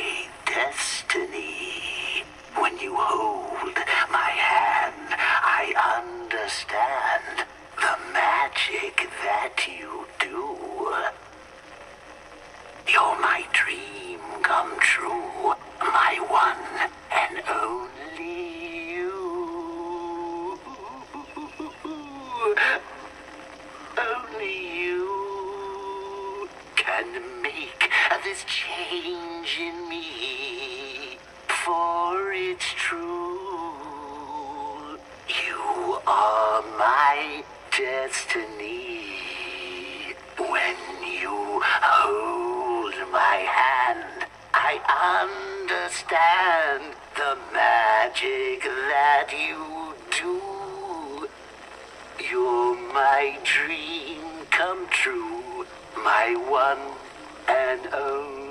E: destiny. When you hold my hand, I understand the magic that you do. You're my dream come true, my one and only you. Only you can make this change in me. For it's true, you are my destiny. When you hold my hand, I understand the magic that you do. You're my dream come true, my one and only.